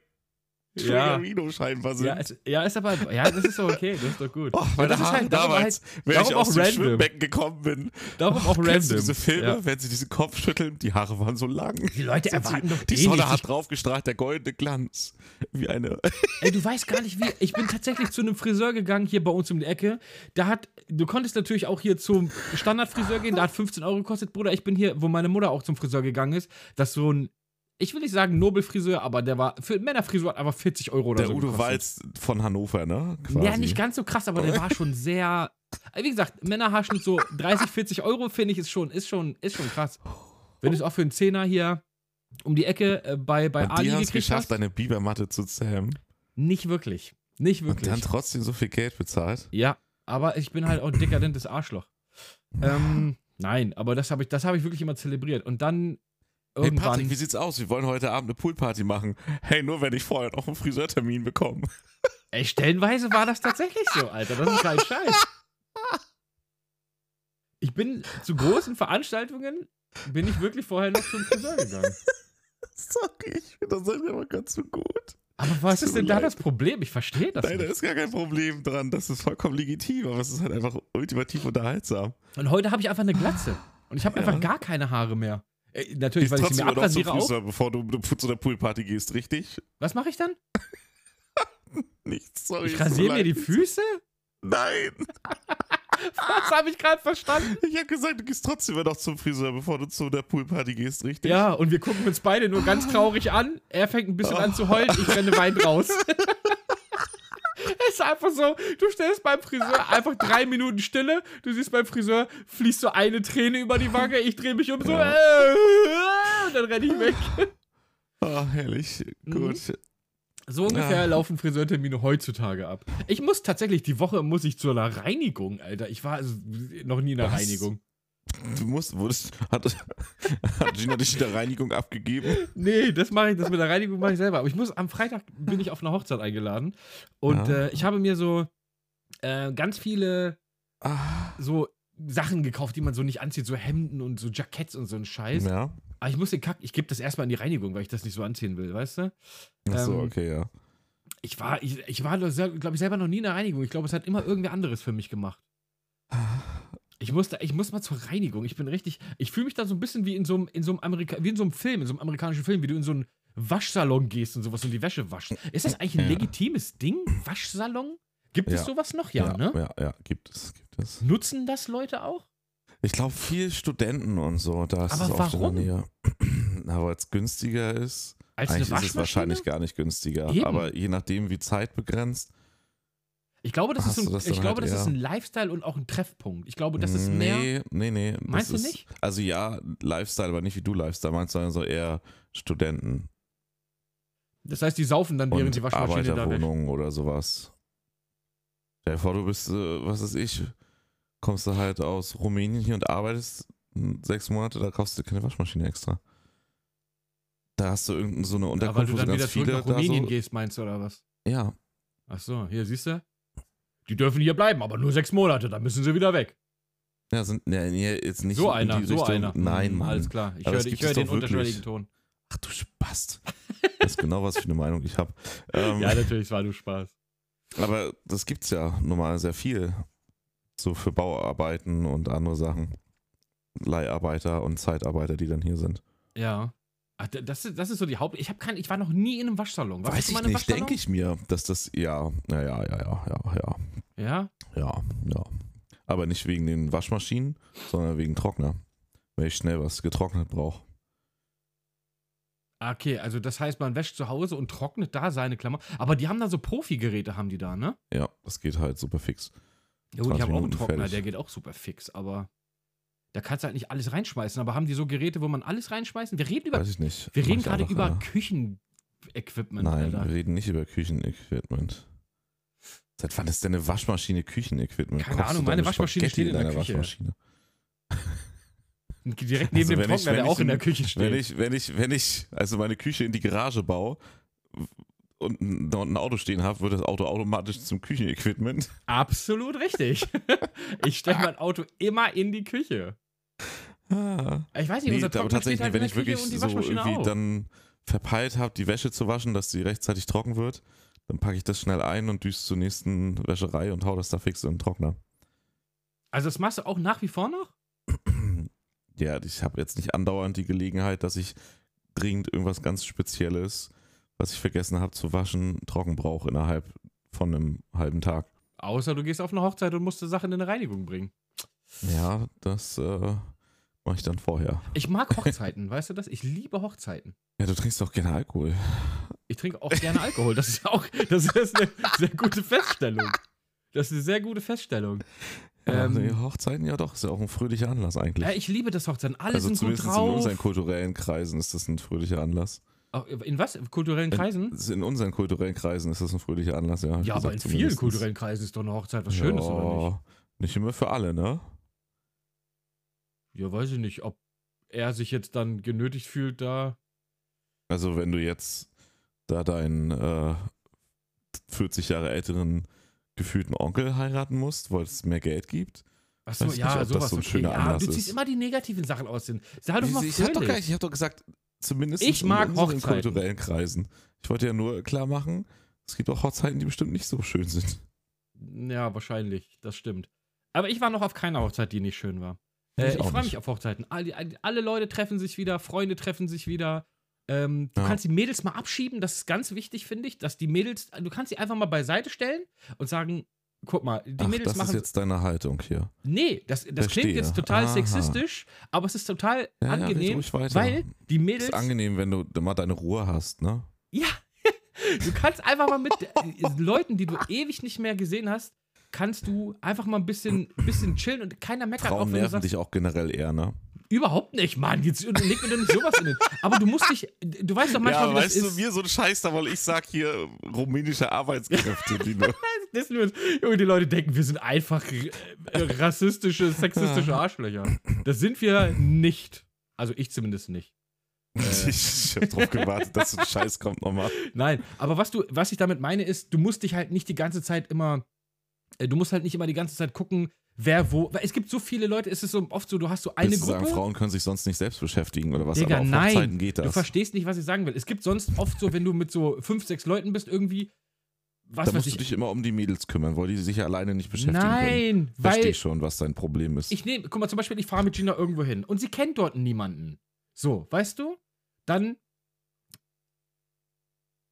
Ja.
Triggerino scheinbar sind.
ja, es, ja, ist aber, ja, das ist doch okay, das ist doch gut.
Oh,
Ja,
meine
das ist
Haare
halt- das ist
damals, wenn
darum
ich aus
auch
dem
random.
Schwimmbecken gekommen bin.
Darum auch
kennst
random.
Du diese Filme,
Ja.
wenn sie diesen Kopf schütteln, die Haare waren so lang.
Die Leute erwarten doch
Die
eh
Sonne
nicht.
hat draufgestrahlt, der goldene Glanz. Wie eine.
Ey, du weißt gar nicht wie. Ich bin tatsächlich zu einem Friseur gegangen, hier bei uns um die Ecke. Da hat, du konntest natürlich auch hier zum Standardfriseur gehen, da hat 15 Euro gekostet, Bruder. Ich bin hier, wo meine Mutter auch zum Friseur gegangen ist, dass so ein, ich will nicht sagen Nobelfriseur, aber der war, für Männerfriseur hat aber 40 Euro oder
Der
so.
Udo
gekostet.
Walz von Hannover, ne?
Ja, nicht ganz so krass, aber der war schon sehr. Wie gesagt, Männerhaarschnitt so 30, 40 Euro, finde ich, ist schon, ist schon, ist schon krass. Wenn du es auch für einen Zehner hier um die Ecke äh, bei, bei
Und
Ali
die haben es
gekriegt
geschafft,
hast.
deine Bibermatte zu zähmen.
Nicht wirklich. Nicht
Und
wirklich.
dann trotzdem so viel Geld bezahlt.
Ja, aber ich bin halt auch ein dekadentes Arschloch. Ähm, nein, aber das habe ich, das habe ich wirklich immer zelebriert. Und dann
Hey
irgendwann.
Patrick, wie sieht's aus? Wir wollen heute Abend eine Poolparty machen. Hey, nur wenn ich vorher noch einen
*laughs*
Friseurtermin bekomme.
ey, stellenweise war das tatsächlich so, Alter. Das ist halt scheiß. Ich bin zu großen Veranstaltungen, bin ich wirklich vorher noch zum Friseur gegangen.
Sorry, ich finde das halt immer ganz so gut.
Aber was
Tut
ist denn
mir
da
leid.
das Problem? Ich verstehe das
Nein, da
nicht.
ist gar kein Problem dran. Das ist vollkommen legitim, aber es ist halt einfach ultimativ unterhaltsam.
Und heute habe ich einfach eine Glatze. Und ich habe
Ja.
einfach gar keine Haare mehr. Ey, natürlich,
Gehst
weil ich sie mir
immer noch zum
abrasiere auch.
Friseur, bevor du du zu einer Poolparty gehst, richtig?
Was mache ich dann?
Nichts, sorry.
Ich
es Oh, tut
rasiere mir
leid.
die Füße?
Nein!
Was habe ich gerade verstanden?
Ich habe gesagt, du gehst trotzdem immer noch zum Friseur, bevor du zu einer Poolparty gehst, richtig?
Ja, und wir gucken uns beide nur ganz traurig an. Er fängt ein bisschen an zu heulen, ich renne weinend raus. *laughs* Es ist einfach so, du stellst beim Friseur einfach drei Minuten Stille, du siehst beim Friseur, fließt so eine Träne über die Wange, ich drehe mich um so,
Ja.
äh, und dann renne ich weg.
Ah, herrlich.
Mhm.
Gut.
So ungefähr laufen Friseurtermine heutzutage ab. Ich muss tatsächlich, die Woche muss ich zu einer Reinigung, Alter. Ich war also noch nie in einer
Was?
Reinigung.
Du musst, wurdest, hat, *laughs* hat Gina dich in der Reinigung abgegeben?
Nee, das mache ich, das mit der Reinigung mache ich selber. Aber ich muss, am Freitag bin ich auf eine Hochzeit eingeladen. Und
Ja.
äh, ich habe mir so äh, ganz viele
Ah,
so Sachen gekauft, die man so nicht anzieht, so Hemden und so Jacketts und so ein Scheiß.
ja.
Aber ich muss den Kack, ich gebe das erstmal in die Reinigung, weil ich das nicht so anziehen will, weißt du?
Achso,
Ähm,
okay, ja.
Ich war, ich, ich war, glaube ich, selber noch nie in der Reinigung. Ich glaube, es hat immer irgendwer anderes für mich gemacht. Ich muss, da, ich muss mal zur Reinigung. Ich bin richtig. Ich fühle mich da so ein bisschen wie in so einem, in so einem Amerika, wie in so einem Film, in so einem amerikanischen Film, wie du in so einen Waschsalon gehst und sowas und die Wäsche waschst. Ist das eigentlich ein
Ja.
legitimes Ding? Waschsalon? Gibt es
Ja.
sowas noch? Ja, ne?
ja, ja, gibt es, gibt es.
Nutzen das Leute auch?
Ich glaube, viel Studenten und so, da ist
Aber
es oft
warum?
in der Nähe. *clears throat* Aber weil es günstiger ist.
Als
Eigentlich
eine
ist es
Waschmaschine?
wahrscheinlich gar nicht günstiger.
Eben.
Aber je nachdem, wie zeitbegrenzt.
ich glaube, das ist
Hast
so ein,
du das
ich
dann
glaube,
halt
das ist
eher?
ein Lifestyle und auch ein Treffpunkt. Ich glaube, das ist mehr.
Nee, nee, nee. das
Meinst du
ist,
nicht?
Also ja, Lifestyle, aber nicht wie du Lifestyle meinst, sondern so eher Studenten.
Das heißt, die saufen dann während
Und
die Waschmaschine da wäscht.
Arbeiterwohnungen oder sowas. Stell dir vor, du bist, äh, was weiß ich, kommst du halt aus Rumänien hier und arbeitest mh, sechs Monate, da kaufst du dir keine Waschmaschine extra. Da hast du irgendeine so eine
Ja, weil
Unterkunft,
du
wo so
dann wieder
ganz
zurück
viele
nach
da
Rumänien
so.
gehst, meinst du, oder was?
Ja,
Ach so, hier siehst du? Die dürfen hier bleiben, aber nur sechs Monate, dann müssen sie wieder weg.
ja, sind ja, nee, jetzt nicht
so
in die
einer, so
Richtung.
einer.
Nein,
Hm,
Mann.
Alles klar, ich
Aber
höre
das gibt
ich
es
hör den
doch wirklich.
unterschwelligen Ton.
Ach du Spast. Das ist genau was für eine Meinung ich
*laughs*
habe. Ähm,
Ja, natürlich, es war nur Spaß.
Aber das gibt's ja nun mal sehr viel. So für Bauarbeiten und andere Sachen. Leiharbeiter und Zeitarbeiter, die dann hier sind.
Ja. Ach, da- das, ist- das ist so die Haupt... Ich, hab kein, ich war noch nie in einem Waschsalon. Warst
Weiß
du mal
ich
in einem
nicht,
Waschsalon?
denke ich mir, dass das, ja, ja, ja, ja, ja, ja, ja,
Ja?
ja, ja. Aber nicht wegen den Waschmaschinen, sondern wegen Trockner. Wenn ich schnell was getrocknet brauche.
Ah, Okay, also das heißt, man wäscht zu Hause und trocknet da seine Klammer. Aber die haben da so Profi-Geräte, haben die da, ne?
Ja, das geht halt super fix.
Ja gut, ich habe
20
auch einen
Minuten
Trockner,
fertig.
der geht auch super fix, aber... Da kannst du halt nicht alles reinschmeißen. Aber haben die so Geräte, wo man alles reinschmeißen? Wir reden, über,
Weiß ich nicht.
wir
Mach
reden
ich
gerade
einfach,
über
ja.
Küchenequipment.
Nein,
Alter.
wir reden nicht über Küchenequipment. Seit wann ist denn eine Waschmaschine Küchenequipment?
Keine
Kaufst du
Ahnung,
deine
meine Waschmaschine
Spaghetti
steht in der
deiner
Küche.
Waschmaschine?
Und Direkt neben
Also
dem
wenn ich-
Trockner,
wenn
der
ich
auch in
so-
der Küche steht.
Wenn ich, wenn ich, wenn ich also meine Küche in die Garage baue und ein, da unten ein Auto stehen habe, wird das Auto automatisch zum Küchenequipment.
Absolut richtig. *laughs* ich stelle mein Auto immer in die Küche.
Ah.
Ich weiß nicht,
Nee,
unser
aber
Trockner
tatsächlich,
steht halt
wenn
in
ich
der Küche
wirklich
und die
so
Waschmaschine
irgendwie
auch.
dann verpeilt habe, die Wäsche zu waschen, dass die rechtzeitig trocken wird, dann packe ich das schnell ein und düse zur nächsten Wäscherei und hau das da fix in den Trockner. *clears throat*
Also das machst du auch nach wie vor noch?
Ja, ich habe jetzt nicht andauernd die Gelegenheit, dass ich dringend irgendwas ganz Spezielles, was ich vergessen habe zu waschen, trocken brauche innerhalb von einem halben Tag.
Außer du gehst auf eine Hochzeit und musst die Sachen in eine Reinigung bringen.
Ja, das äh, mache ich dann vorher.
Ich
*laughs*
mag Hochzeiten, weißt du das? Ich liebe Hochzeiten.
Ja, du trinkst doch gerne Alkohol.
Ich trinke auch gerne Alkohol. Das ist auch, das ist eine sehr gute Feststellung. Das ist eine sehr gute Feststellung.
Ja,
Ähm.
nee, Hochzeiten ja doch, ist ja auch ein fröhlicher Anlass eigentlich.
Ja, ich liebe das Hochzeiten. Alle
also
sind gut
zumindest in
drauf.
unseren kulturellen Kreisen ist das ein fröhlicher Anlass.
Auch In was? In kulturellen Kreisen?
In unseren kulturellen Kreisen ist das ein fröhlicher Anlass, ja.
Ja, aber in vielen kulturellen Kreisen ist doch eine Hochzeit was Schönes, oder nicht?
Nicht immer für alle, ne?
Ja, weiß ich nicht, ob er sich jetzt dann genötigt fühlt, da.
Also wenn du jetzt da deinen äh, 40 Jahre älteren gefühlten Onkel heiraten musst, weil es mehr Geld gibt.
Achso,
Weiß ich
ja,
nicht, ob das
sowas.
so ein
okay.
schöner
ja,
Anlass
du ziehst
ist.
immer die negativen Sachen aus. den- Sei doch mal
ich habe doch, gar
fröhlich.
nicht- ich hab doch gesagt, zumindest
Ich mag
in unseren
Hochzeiten.
kulturellen Kreisen. Ich wollte ja nur klar machen, es gibt auch Hochzeiten, die bestimmt nicht so schön sind.
Ja, wahrscheinlich, das stimmt. Aber ich war noch auf keiner Hochzeit, die nicht schön war. Äh,
Ich
ich
auch
freue
nicht.
mich auf Hochzeiten. Alle, alle Leute treffen sich wieder, Freunde treffen sich wieder. Ähm, du
Ja.
kannst die Mädels mal abschieben, das ist ganz wichtig, finde ich, dass die Mädels, du kannst sie einfach mal beiseite stellen und sagen, guck mal, die
Ach,
Mädels
das ist
machen.
jetzt deine Haltung hier.
nee, das, das
Verstehe.
klingt jetzt total
Aha.
sexistisch, aber es ist total
Ja, ja, red
angenehm,
ruhig weiter.
weil die
Es
Mädels.
ist angenehm, wenn du mal deine Ruhe hast, ne?
Ja, du kannst einfach mal mit äh, Leuten, die du ewig nicht mehr gesehen hast, kannst du einfach mal ein bisschen, bisschen chillen und keiner meckert auch,
Frauen
wenn du
nerven
sagst,
dich auch generell eher, ne?
überhaupt nicht, Mann, jetzt leg mir doch nicht sowas in den. Aber du musst dich, du weißt doch manchmal, wie das ist.
mir so ein Scheiß da, weil ich sag hier rumänische Arbeitskräfte, die *laughs* nur.
Das nur, Junge, die Leute denken, wir sind einfach äh, rassistische, sexistische Arschlöcher. Das sind wir nicht. Also ich zumindest nicht.
Äh. ich hab drauf gewartet, dass so ein Scheiß kommt nochmal.
Nein, aber was du, was ich damit meine, ist, du musst dich halt nicht die ganze Zeit immer, äh, du musst halt nicht immer die ganze Zeit gucken, wer wo. Weil es gibt so viele Leute, es ist so oft so, du hast so eine
Willst du
Gruppe.
sagen, Frauen können sich sonst nicht selbst beschäftigen oder was?
Digga,
Aber auf
nein.
Hochzeiten geht
du
das.
verstehst nicht, was ich sagen will. Es gibt sonst oft so, wenn du mit so fünf, sechs Leuten bist, irgendwie, was
da
weiß
musst du
ich.
dich immer um die Mädels kümmern, weil die sich ja alleine nicht beschäftigen können.
Nein,
Verstehe
weil
ich schon, was dein Problem ist.
ich nehme, guck mal, zum Beispiel, ich fahre mit Gina irgendwo hin und sie kennt dort niemanden. So, weißt du? Dann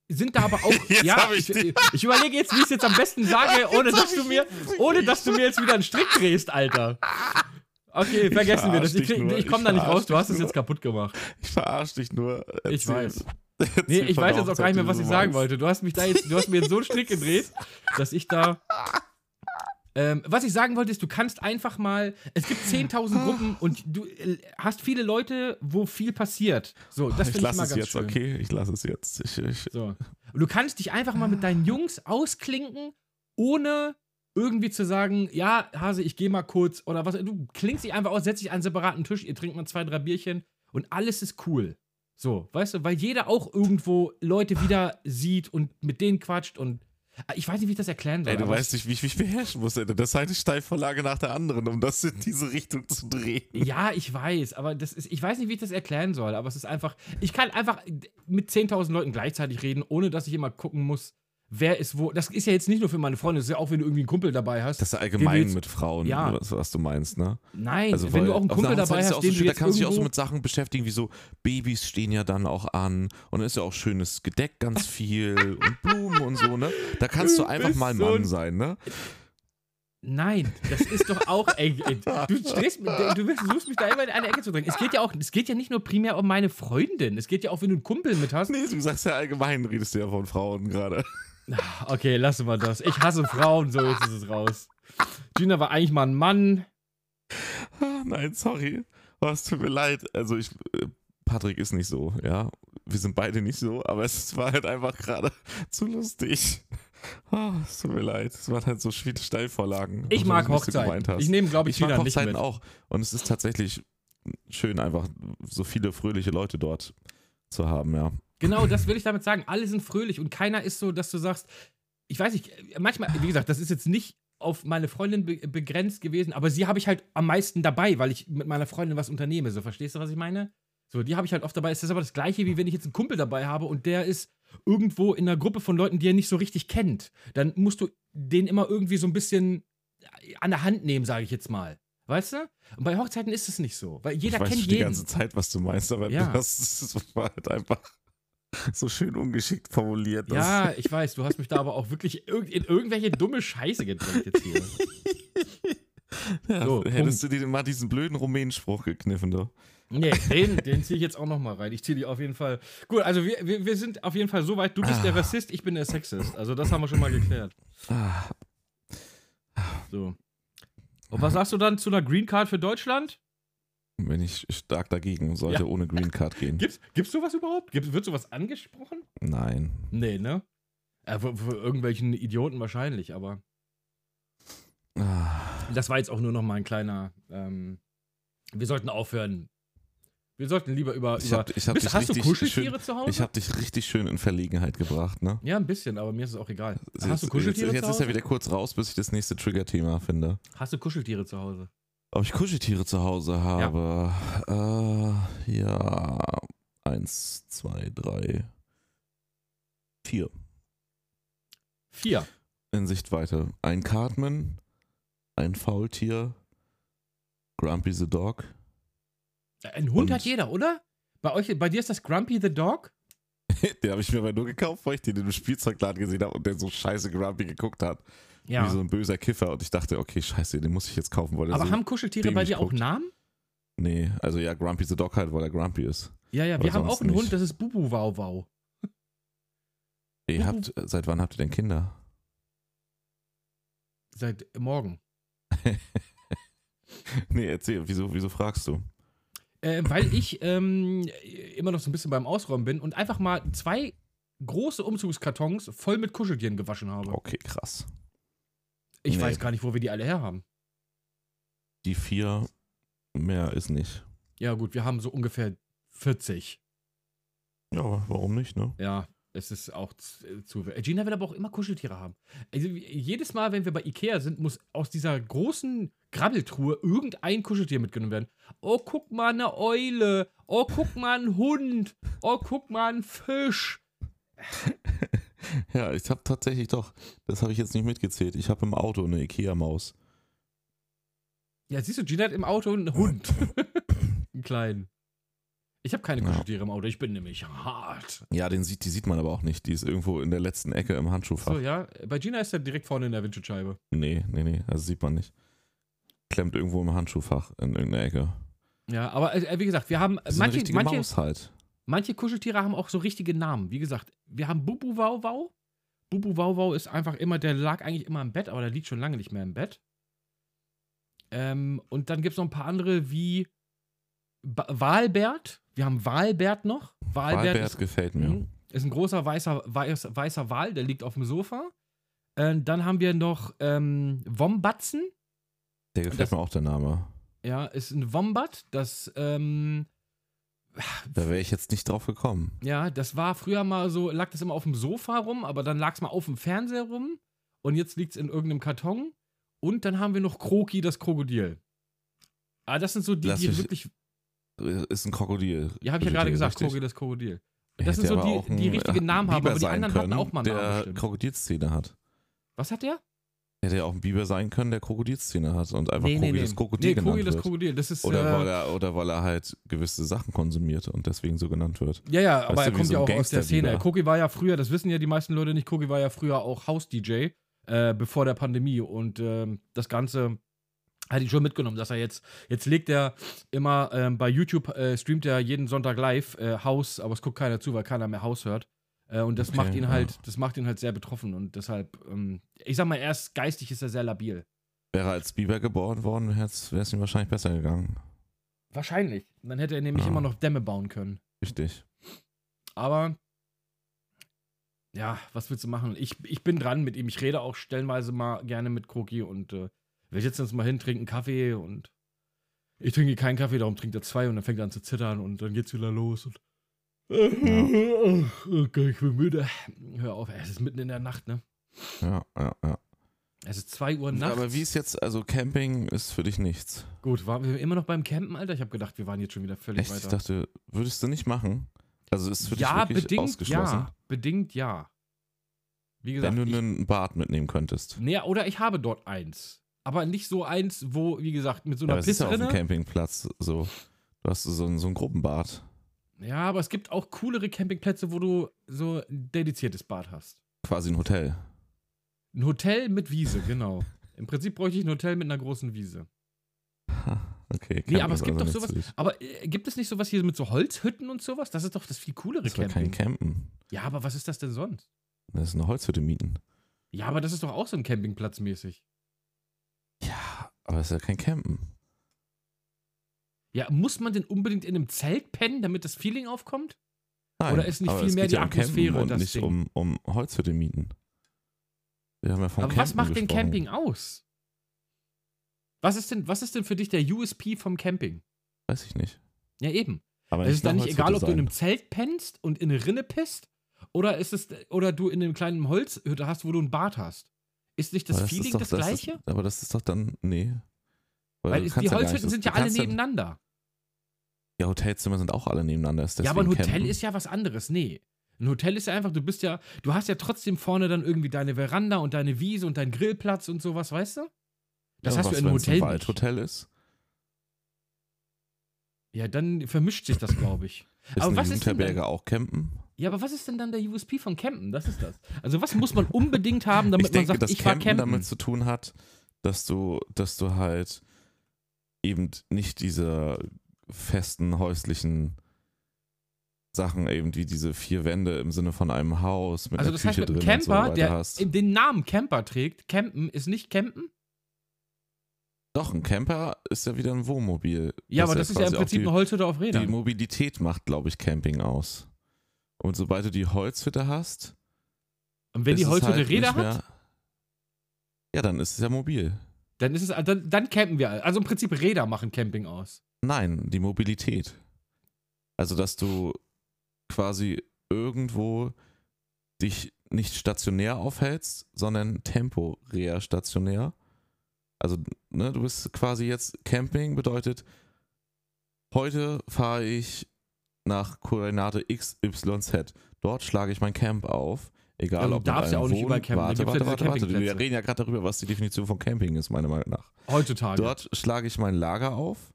sind
*laughs*
da aber auch.
Jetzt
ja,
hab ich
ich,
die-
*laughs* ich, überlege jetzt, wie ich es jetzt am besten
*laughs*
sage, ohne dass du mir, ohne dass du mir jetzt wieder einen Strick drehst, Alter. Okay, vergessen wir
verarsch
das. Ich,
dich
krieg-
nur,
ich
ich
komme da nicht raus,
verarsch
du hast
dich
es jetzt kaputt gemacht.
ich verarsche dich nur.
Ich weiß.
Erzähl
Nee, ich
von
weiß
der
jetzt auch gar nicht mehr, was
Hochzeit, die
ich
du
sagen
meinst.
wollte. Du hast mich da jetzt, du hast mir jetzt so einen Strick gedreht, dass ich da. Ähm, was ich sagen wollte, ist, du kannst einfach mal. Es gibt 10.000 Gruppen und du äh, hast viele Leute, wo viel passiert. So, das
ich
finde ich,
lasse
mal
es
ganz
jetzt,
schön.
okay? Ich lasse es jetzt. Ich, ich,
So. Und du kannst dich einfach mal mit deinen Jungs ausklinken, ohne irgendwie zu sagen, ja, Hase, ich gehe mal kurz oder was. Du klingst dich einfach aus, setzt dich an einen separaten Tisch, ihr trinkt mal zwei, drei Bierchen und alles ist cool. So, weißt du, weil jeder auch irgendwo Leute wieder sieht und mit denen quatscht und Ah, ich weiß nicht, wie ich das erklären soll.
Ey, du
aber-
weißt nicht, wie ich mich beherrschen muss, Alter. Das ist eine Steilvorlage nach der anderen, um das in diese Richtung zu drehen.
Ja, ich weiß, aber das ist, ich weiß nicht, wie ich das erklären soll, aber es ist einfach, ich kann einfach mit 10.000 Leuten gleichzeitig reden, ohne dass ich immer gucken muss, wer ist wo. Das ist ja jetzt nicht nur für meine Freunde, das ist ja auch, wenn du irgendwie einen Kumpel dabei hast.
Das ist allgemein
Den
mit Frauen,
Ja.
was, was du meinst, ne?
Nein,
Also,
wenn
weil
du auch einen
auf
Kumpel
einer Hochzeit
dabei
ist ja
hast,
auch so
den
schön,
du
da
jetzt
kann man sich auch so
irgendwo-
mit Sachen beschäftigen, wie so Babys stehen ja dann auch an und dann ist ja auch schönes
*laughs*
Gedeck ganz viel und Blumen und so, ne? Da kannst du
Du
einfach
bist
mal
so
Mann
ein-
sein, ne?
Nein, das ist doch auch. Ey, ey, du stehst, mit- du versuchst mich da immer in eine Ecke zu drängen. Es geht ja auch, es geht ja nicht nur primär um meine Freundin. Es geht ja auch, wenn du einen Kumpel mit hast.
Nee, du sagst ja allgemein, redest du ja von Frauen gerade.
Okay, lassen wir das. Ich hasse Frauen, so jetzt ist es raus. Gina war eigentlich mal ein Mann.
Ah, Nein, sorry. Oh, es tut mir leid. Also ich, äh, Patrick ist *laughs* nicht so, ja. Wir sind beide nicht so, aber es war halt einfach gerade zu lustig. Oh, es tut mir leid. Es waren halt so viele Steilvorlagen.
Ich mag Hochzeiten. ich nehme, glaube ich,
ich mag
wieder nicht
Hochzeiten
mit.
auch. Und es ist tatsächlich schön, einfach so viele fröhliche Leute dort zu haben, ja.
Genau, das will ich damit sagen. Alle sind fröhlich und keiner ist so, dass du sagst, ich weiß nicht, manchmal, wie gesagt, das ist jetzt nicht auf meine Freundin be begrenzt gewesen, aber sie habe ich halt am meisten dabei, weil ich mit meiner Freundin was unternehme. So, verstehst du, was ich meine? So, die habe ich halt oft dabei. Es ist aber das gleiche, wie wenn ich jetzt einen Kumpel dabei habe und der ist irgendwo in einer Gruppe von Leuten, die er nicht so richtig kennt. Dann musst du den immer irgendwie so ein bisschen an der Hand nehmen, sage ich jetzt mal. Weißt du? Und bei Hochzeiten ist es nicht so, weil jeder
ich weiß
kennt
schon die
jeden.
ganze Zeit, was du meinst, aber
Ja.
*laughs* das, das war halt einfach so schön ungeschickt formuliert. dass- *laughs*
Ja, ich weiß, du hast mich da aber auch wirklich irg in irgendwelche dumme Scheiße gedrängt jetzt hier.
Ja,
So,
hättest du dir mal diesen blöden Rumänenspruch gekniffen, du.
Nee, den, den ziehe ich jetzt auch nochmal rein. Ich ziehe die auf jeden Fall. Gut, also wir, wir, wir sind auf jeden Fall so weit. Du bist der Rassist, ich bin der Sexist. Also das haben wir schon mal geklärt.
Ah,
So. Und was sagst du dann zu einer Green Card für Deutschland?
bin ich stark dagegen und sollte
Ja.
ohne Green Card gehen.
Gibt's, gibt's sowas überhaupt? Gibt, wird sowas angesprochen?
Nein.
Nee, ne? Äh, für, für irgendwelchen Idioten wahrscheinlich, aber
Ah,
das war jetzt auch nur nochmal ein kleiner. Ähm, wir sollten aufhören. Wir sollten lieber über.
Ich
über
hab- ich hab
Bist-
dich
hast du
richtig
Kuscheltiere zu Hause?
ich habe dich richtig schön in Verlegenheit gebracht, ne?
Ja, ein bisschen, aber mir ist es auch egal. Hast
Jetzt-
du Kuscheltiere
jetzt, jetzt
zu
ist
Hause?
er wieder kurz raus, bis ich das nächste Trigger-Thema finde.
Hast du Kuscheltiere zu Hause?
Ob ich Kuscheltiere zu Hause habe? Ja. Äh, ja. Eins, zwei, drei, vier.
Vier.
In Sichtweite. Ein Cartman, ein Faultier, Grumpy the Dog.
Äh, Ein Hund
Und-
hat jeder, oder? Bei euch, bei dir ist das Grumpy the Dog?
*laughs* den habe ich mir aber nur gekauft, weil ich den im Spielzeugladen gesehen habe und der so scheiße Grumpy geguckt hat. Wie so ein böser Kiffer. Und ich dachte, okay, scheiße, den muss ich jetzt kaufen, weil der
aber
so
haben Kuscheltiere bei
dämlich
dir auch
guckt.
Namen?
Nee, also ja, Grumpy the Dog halt, weil er Grumpy ist.
Ja, ja,
Aber
wir haben
sonst
auch einen
nicht.
Hund, das ist Bubu Wow Wow.
Ihr habt, seit wann habt ihr denn Kinder? *laughs*
Seit morgen.
Nee, erzähl, wieso, wieso fragst du?
Äh, weil ich ähm, immer noch so ein bisschen beim Ausräumen bin und einfach mal zwei große Umzugskartons voll mit Kuscheltieren gewaschen habe.
Okay, krass.
ich
nee.
weiß gar nicht, wo wir die alle herhaben.
Die vier, mehr ist nicht.
Ja, gut, wir haben so ungefähr 40.
Ja, aber warum nicht, ne?
Ja, es ist auch z- äh, zu. äh, Gina will aber auch immer Kuscheltiere haben. Also wie- jedes Mal, wenn wir bei Ikea sind, muss aus dieser großen Grabbeltruhe irgendein Kuscheltier mitgenommen werden. Oh, guck mal, eine Eule. Oh, guck mal, ein Hund. Oh, guck mal, ein Fisch.
Ja, ich habe tatsächlich doch, das habe ich jetzt nicht mitgezählt. Ich habe im Auto eine Ikea-Maus.
Ja, siehst du, Gina hat im Auto einen Hund. *laughs* einen kleinen. Ich habe keine
Ja.
Kuscheltiere im Auto. Ich bin nämlich hart.
Ja, den sieht, die sieht man aber auch nicht. Die ist irgendwo in der letzten Ecke im Handschuhfach.
So, ja. Bei Gina ist er direkt vorne in der Windschutzscheibe.
Nee, nee, nee, also sieht man nicht. Klemmt irgendwo im Handschuhfach in irgendeiner Ecke.
Ja, aber äh, wie gesagt, wir haben
Das ist eine
manche,
richtige
manche,
Maus halt.
Manche Kuscheltiere haben auch so richtige Namen. Wie gesagt, wir haben Bubu Wow Wow. Bubu Wow Wow ist einfach immer, der lag eigentlich immer im Bett, aber der liegt schon lange nicht mehr im Bett. Ähm, und dann gibt es noch ein paar andere wie ba Walbert. Wir haben Walbert noch. Walbert,
Albert
ist,
gefällt mir.
Mhm. ist ein großer weißer, weiß, weißer Wal, der liegt auf dem Sofa. Ähm, dann haben wir noch ähm, Wombatzen.
Der gefällt
Das-
mir auch der Name.
Ja, ist ein Wombat. Das ähm,
Da wäre ich jetzt nicht drauf gekommen.
Ja, das war früher mal so, lag das immer auf dem Sofa rum, aber dann lag es mal auf dem Fernseher rum und jetzt liegt es in irgendeinem Karton. Und dann haben wir noch Kroki, das Krokodil. Ah, das sind so die,
Lass
die
mich-
wirklich.
Ist ein Krokodil.
Ja, habe ich ja gerade gesagt,
Richtig.
Kroki, das Krokodil. Das
Hätte
sind so
aber
die-
auch ein,
die richtigen
äh,
Namen haben,
Biber
aber die
sein
anderen hatten
können,
auch mal einen
der
Namen bestimmt.
Krokodilszähne hat.
Was hat der?
Hätte ja auch ein Biber sein können, der Krokodilszähne hat und einfach Krokodil das Krokodil
Nee,
genannt
Kroki, das
wird.
Krokodil. Das ist.
Oder, weil
äh,
er, oder weil er halt gewisse Sachen konsumiert und deswegen so genannt wird.
ja, ja, aber
Weißt
er
du, wie
kommt
so
ja
ein
auch aus der Szene.
Gangster-Biber.
Kroki war ja früher, das wissen ja die meisten Leute nicht, Kroki war ja früher auch Haus-DJ, äh, bevor der Pandemie. Und ähm, das Ganze hatte ich schon mitgenommen, dass er jetzt, jetzt legt er immer ähm, bei YouTube, äh, streamt er jeden Sonntag live äh, Haus, aber es guckt keiner zu, weil keiner mehr Haus hört. Äh, und das
Okay,
macht ihn
ja.
halt, das macht ihn halt sehr betroffen und deshalb, ähm, ich sag mal, erst geistig ist er sehr labil.
Wäre er als Biber geboren worden, wäre es ihm wahrscheinlich besser gegangen.
Wahrscheinlich. Dann hätte er nämlich
Ja.
immer noch Dämme bauen können.
Richtig.
Aber ja, was willst du machen? Ich, ich bin dran mit ihm. Ich rede auch stellenweise mal gerne mit Kroki und äh, wir setzen uns mal hin, trinken Kaffee und ich trinke keinen Kaffee, darum trinkt er zwei und dann fängt er an zu zittern und dann geht's wieder los und okay, ich bin müde. Hör auf, es ist mitten in der Nacht, ne?
Ja, ja, ja.
Es ist 2 Uhr nachts.
Aber wie ist jetzt, also Camping ist für dich nichts.
Gut, waren wir immer noch beim Campen, Alter? Ich habe gedacht, wir waren jetzt schon wieder völlig
Echt? Ich
weiter.
dachte, würdest du nicht machen? Also ist für
ja,
dich wirklich
bedingt
ausgeschlossen,
ja. Bedingt ja. Wie gesagt,
wenn du
ich,
einen Bad mitnehmen könntest.
nee, oder ich habe dort eins. Aber nicht so eins, wo, wie gesagt, mit so einer
Ja, aber es ist ja auf dem
Pissrinne.
Campingplatz so. Du hast so ein, so ein Gruppenbad.
Ja, aber es gibt auch coolere Campingplätze, wo du so ein dediziertes Bad hast.
Quasi ein Hotel.
Ein Hotel mit Wiese, genau. Im Prinzip bräuchte ich ein Hotel mit einer großen Wiese.
Ha, Okay,
Nee,
Camping
aber es
ist
gibt
also
doch
nichts für dich.
Aber äh, gibt es nicht sowas hier mit so Holzhütten und sowas? Das ist doch das viel coolere
Das war
Camping.
kein Campen.
ja, aber was ist das denn sonst?
Das ist eine Holzhütte mieten.
Ja, aber das ist doch auch so ein Campingplatz mäßig.
Ja, aber es ist ja kein Campen.
Ja, muss man denn unbedingt in einem Zelt pennen, damit das Feeling aufkommt?
Nein,
Oder ist nicht
aber
viel
es
mehr
geht
die
ja um Campen
Atmosphäre
und
das
nicht
Ding?
um, um Holzhütte mieten. Wir haben ja vom
aber
Campen
was macht denn
gesprochen.
Camping aus? Was ist, denn, was ist denn für dich der USP vom Camping?
Weiß ich nicht.
Ja, eben.
Aber
es ist dann
eine
nicht egal, ob
Holzhütte
du in
sein.
einem Zelt pennst und in eine Rinne pisst oder, ist es, oder du in einem kleinen Holzhütte hast, wo du ein Bad hast. Ist nicht das,
Aber ist
Feeling
doch-
das,
ist-
gleiche?
aber das ist doch dann, nee. Weil
Weil
du
es,
kannst
die
ja gar
Holzhütten
nicht-
sind
du
ja alle
kannst
nebeneinander.
Ja, Hotelzimmer sind auch alle nebeneinander. Ist
ja, aber ein
deswegen
Hotel
Campen.
ist ja was anderes. Nee. Ein Hotel ist ja einfach, du bist ja, du hast ja trotzdem vorne dann irgendwie deine Veranda und deine Wiese und deinen Grillplatz und sowas, weißt du? Das
Ja,
hast du
was,
in einem
wenn's
Hotel
Ein
nicht.
Waldhotel ist.
Ja, dann vermischt sich das, glaube ich.
Ist
Aber
eine
was ist denn
Jugendherberge auch campen?
Ja, aber was ist denn dann der USP von Campen? Das ist das. Also was muss man unbedingt haben, damit
ich denke,
man sagt,
dass
ich
Campen,
war Campen?
damit zu tun hat, dass du, dass du halt eben nicht diese festen häuslichen Sachen, eben wie diese vier Wände im Sinne von einem Haus mit
Also
einer
das heißt,
Küche
mit einem
drin und so
Camper,
weiter
der
hast.
eben den Namen Camper trägt, Campen ist nicht Campen?
Doch, ein Camper ist ja wieder ein Wohnmobil.
Ja, aber das ist ja im
quasi auch
Prinzip
die,
eine Holzhütte auf
Die
Rädern.
Mobilität macht, glaube ich, Camping aus. Und sobald du die Holzhütte hast,
Und wenn die
ist es
Holzhütte
halt
Räder
nicht
hat,
mehr- Ja, dann ist es ja mobil.
dann ist es dann, dann campen wir. alle. Also im Prinzip Räder machen Camping aus.
Nein, die Mobilität. Also, dass du quasi irgendwo dich nicht stationär aufhältst, sondern temporär stationär. Also, ne, du bist quasi jetzt Camping bedeutet, heute fahre ich nach Koordinate XYZ. Dort schlage ich mein Camp auf. Egal,
Ja, du
ob mit
Also, darfst ja
einem
auch nicht überall campen, da
Warte,
gibt's ja
warte,
diese
warte, warte. Wir
Campingplätze.
reden ja gerade darüber, was die Definition von Camping ist, meiner Meinung nach.
Heutzutage.
Dort schlage ich mein Lager auf,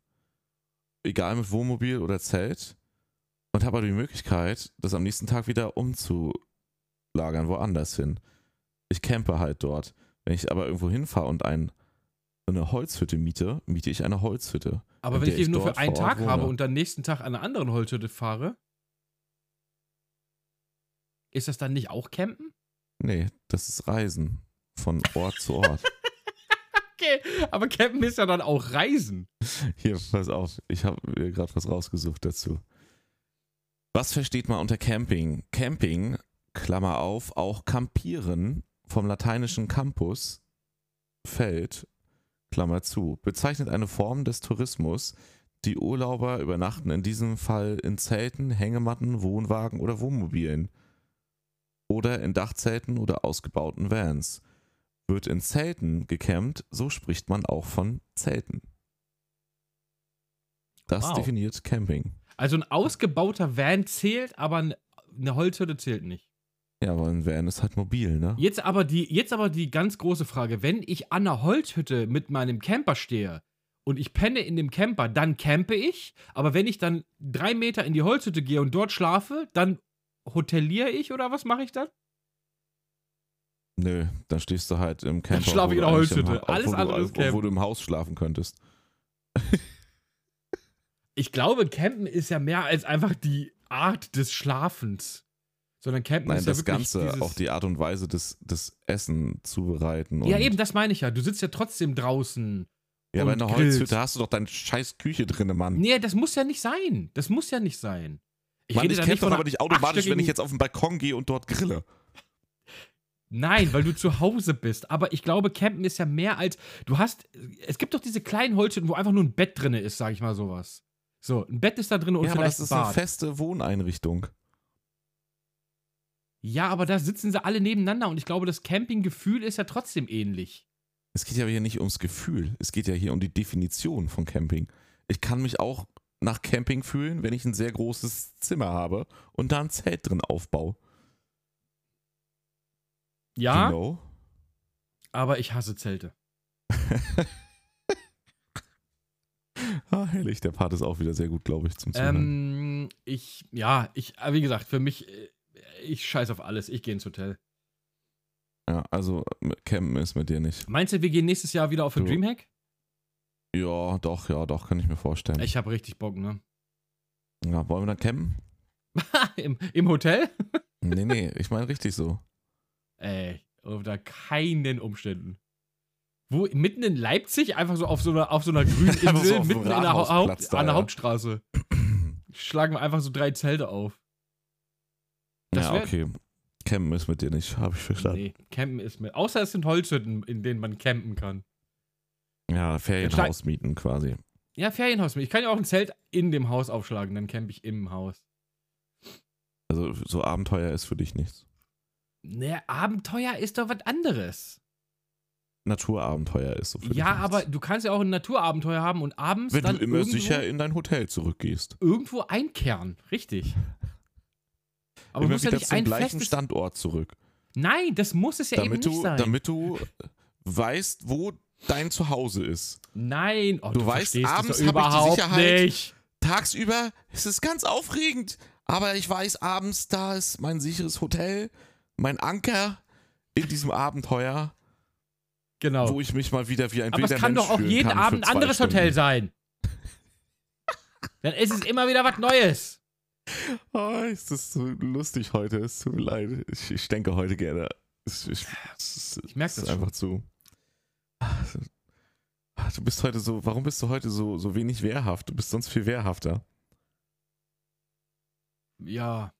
egal mit Wohnmobil oder Zelt, und habe aber die Möglichkeit, das am nächsten Tag wieder umzulagern, woanders hin. Ich campe halt dort. Wenn ich aber irgendwo hinfahre und ein, eine Holzhütte miete, miete ich eine Holzhütte.
aber
in
wenn ich
der
die
ich
nur für
dort
einen
vor Ort
Tag habe
wohne.
und dann nächsten Tag an einer anderen Holzhütte fahre, ist das dann nicht auch Campen?
Nee, das ist Reisen von Ort zu Ort.
Okay, aber Campen ist ja dann auch Reisen.
*laughs* Hier, pass auf, ich habe mir gerade was rausgesucht dazu. Was versteht man unter Camping? Camping, Klammer auf, auch Campieren vom lateinischen Campus, Feld, Klammer zu, bezeichnet eine Form des Tourismus. Die Urlauber übernachten in diesem Fall in Zelten, Hängematten, Wohnwagen oder Wohnmobilen. Oder in Dachzelten oder ausgebauten Vans. Wird in Zelten gecampt, so spricht man auch von Zelten. Das
Wow.
definiert Camping.
Also ein ausgebauter Van zählt, aber ein- eine Holzhütte zählt nicht.
Ja, aber ein Van ist halt mobil, ne?
Jetzt aber, die, jetzt aber die ganz große Frage, wenn ich an einer Holzhütte mit meinem Camper stehe und ich penne in dem Camper, dann campe ich, aber wenn ich dann drei Meter in die Holzhütte gehe und dort schlafe, dann hoteliere ich oder was mache ich dann?
Nö, dann stehst du halt im Camper.
schlaf
wo
ich in
du
der
eigentlich im
Holzhütte.
Ha-
Alles
obwohl
andere
du,
ist Camp.
Obwohl du im Haus schlafen könntest.
Ich glaube, Campen ist ja mehr als einfach die Art des Schlafens. Sondern Campen
Nein,
ist
das
ja wirklich
Ganze,
dieses,
auch die Art und Weise des, des Essen zubereiten.
Ja,
und-
eben, das meine ich ja. Du sitzt ja trotzdem draußen.
Ja,
und
aber in der
grillst.
Holzhütte hast du doch deine scheiß Küche drinne, Mann.
Nee, das muss ja nicht sein. Das muss ja nicht sein.
Mann, ich
da
kämpfe doch
von
aber nicht
einer
automatisch, wenn ich
achtstöckigen-
jetzt auf den Balkon gehe und dort grille.
Nein, weil du zu Hause bist. Aber ich glaube, Campen ist ja mehr als. Du hast. Es gibt doch diese kleinen Holzhütten, wo einfach nur ein Bett drin ist, sag ich mal sowas. So, ein Bett ist da drin und
ja, aber
vielleicht
das ist
ein
eine
Bad.
feste Wohneinrichtung.
ja, aber da sitzen sie alle nebeneinander und ich glaube, das Campinggefühl ist ja trotzdem ähnlich.
Es geht ja hier nicht ums Gefühl, es geht ja hier um die Definition von Camping. Ich kann mich auch nach Camping fühlen, wenn ich ein sehr großes Zimmer habe und da ein Zelt drin aufbaue.
Ja,
Genau.
aber ich hasse Zelte.
Ah, herrlich, der Part ist auch wieder sehr gut, glaube ich, zum Zuhören.
Ähm, ich, ja, ich, aber wie gesagt, für mich, äh, ich scheiß auf alles. Ich gehe ins Hotel.
ja, also äh, Campen ist mit dir nicht.
Meinst du, wir gehen nächstes Jahr wieder auf den
Du-
Dreamhack?
Ja, doch, ja, doch, kann ich mir vorstellen.
Ich habe richtig Bock, ne? *laughs*
Ja, wollen wir dann campen?
Im, im Hotel?
Nee, nee, ich meine richtig so.
Ey, unter keinen Umständen. Wo, mitten in Leipzig, einfach so auf so einer, auf so
*laughs*
einer grünen
Einfach so
Insel,
auf dem
mitten in der Hau-
Rathausplatz
Haupt,
da,
an der
ja. *clears throat*
Hauptstraße, schlagen wir einfach so drei Zelte auf. Das
ja,
wär-
okay. Campen ist mit dir nicht, habe ich verstanden.
Nee, campen ist mit. Außer es sind Holzhütten, in denen man campen kann.
Ja, Ferienhaus mieten quasi.
Ja, Ferienhaus. Ich kann ja auch ein Zelt in dem Haus aufschlagen, dann campe ich im Haus.
Also so Abenteuer ist für dich nichts.
Ne, Abenteuer ist doch was anderes.
Naturabenteuer ist so für dich
Ja,
nichts.
aber du kannst ja auch ein Naturabenteuer haben und abends
Wenn
dann
du immer
irgendwo,
sicher in dein Hotel zurückgehst.
irgendwo einkehren.
*laughs*
Richtig. Aber du
immer
musst ja
wieder
nicht
zum
ein
gleichen
festes
Standort zurück.
Nein, das muss es ja eben
damit,
nicht
du,
sein.
damit du weißt, wo dein Zuhause ist.
Nein, oh,
Du weißt,
verstehst es doch
abends hab ich die
überhaupt
Sicherheit.
nicht.
Tagsüber ist es ganz aufregend, aber ich weiß, abends da ist mein sicheres Hotel, mein Anker in diesem Abenteuer,
Genau.
wo ich mich mal wieder wie ein
Aber es
wilder
kann
Mensch
doch auch
fühlen
jeden
kann
Abend ein
für zwei
anderes
Stunden.
Hotel sein. Dann ist es immer wieder was Neues.
Oh, ist das so lustig heute. Es tut mir leid. Ich, ich denke heute gerne. Ich, ich,
Ich merk
es
das schon.
ist einfach zu. Ah, Du bist heute so. Warum bist du heute so, so wenig wehrhaft? Du bist sonst viel wehrhafter.
Ja,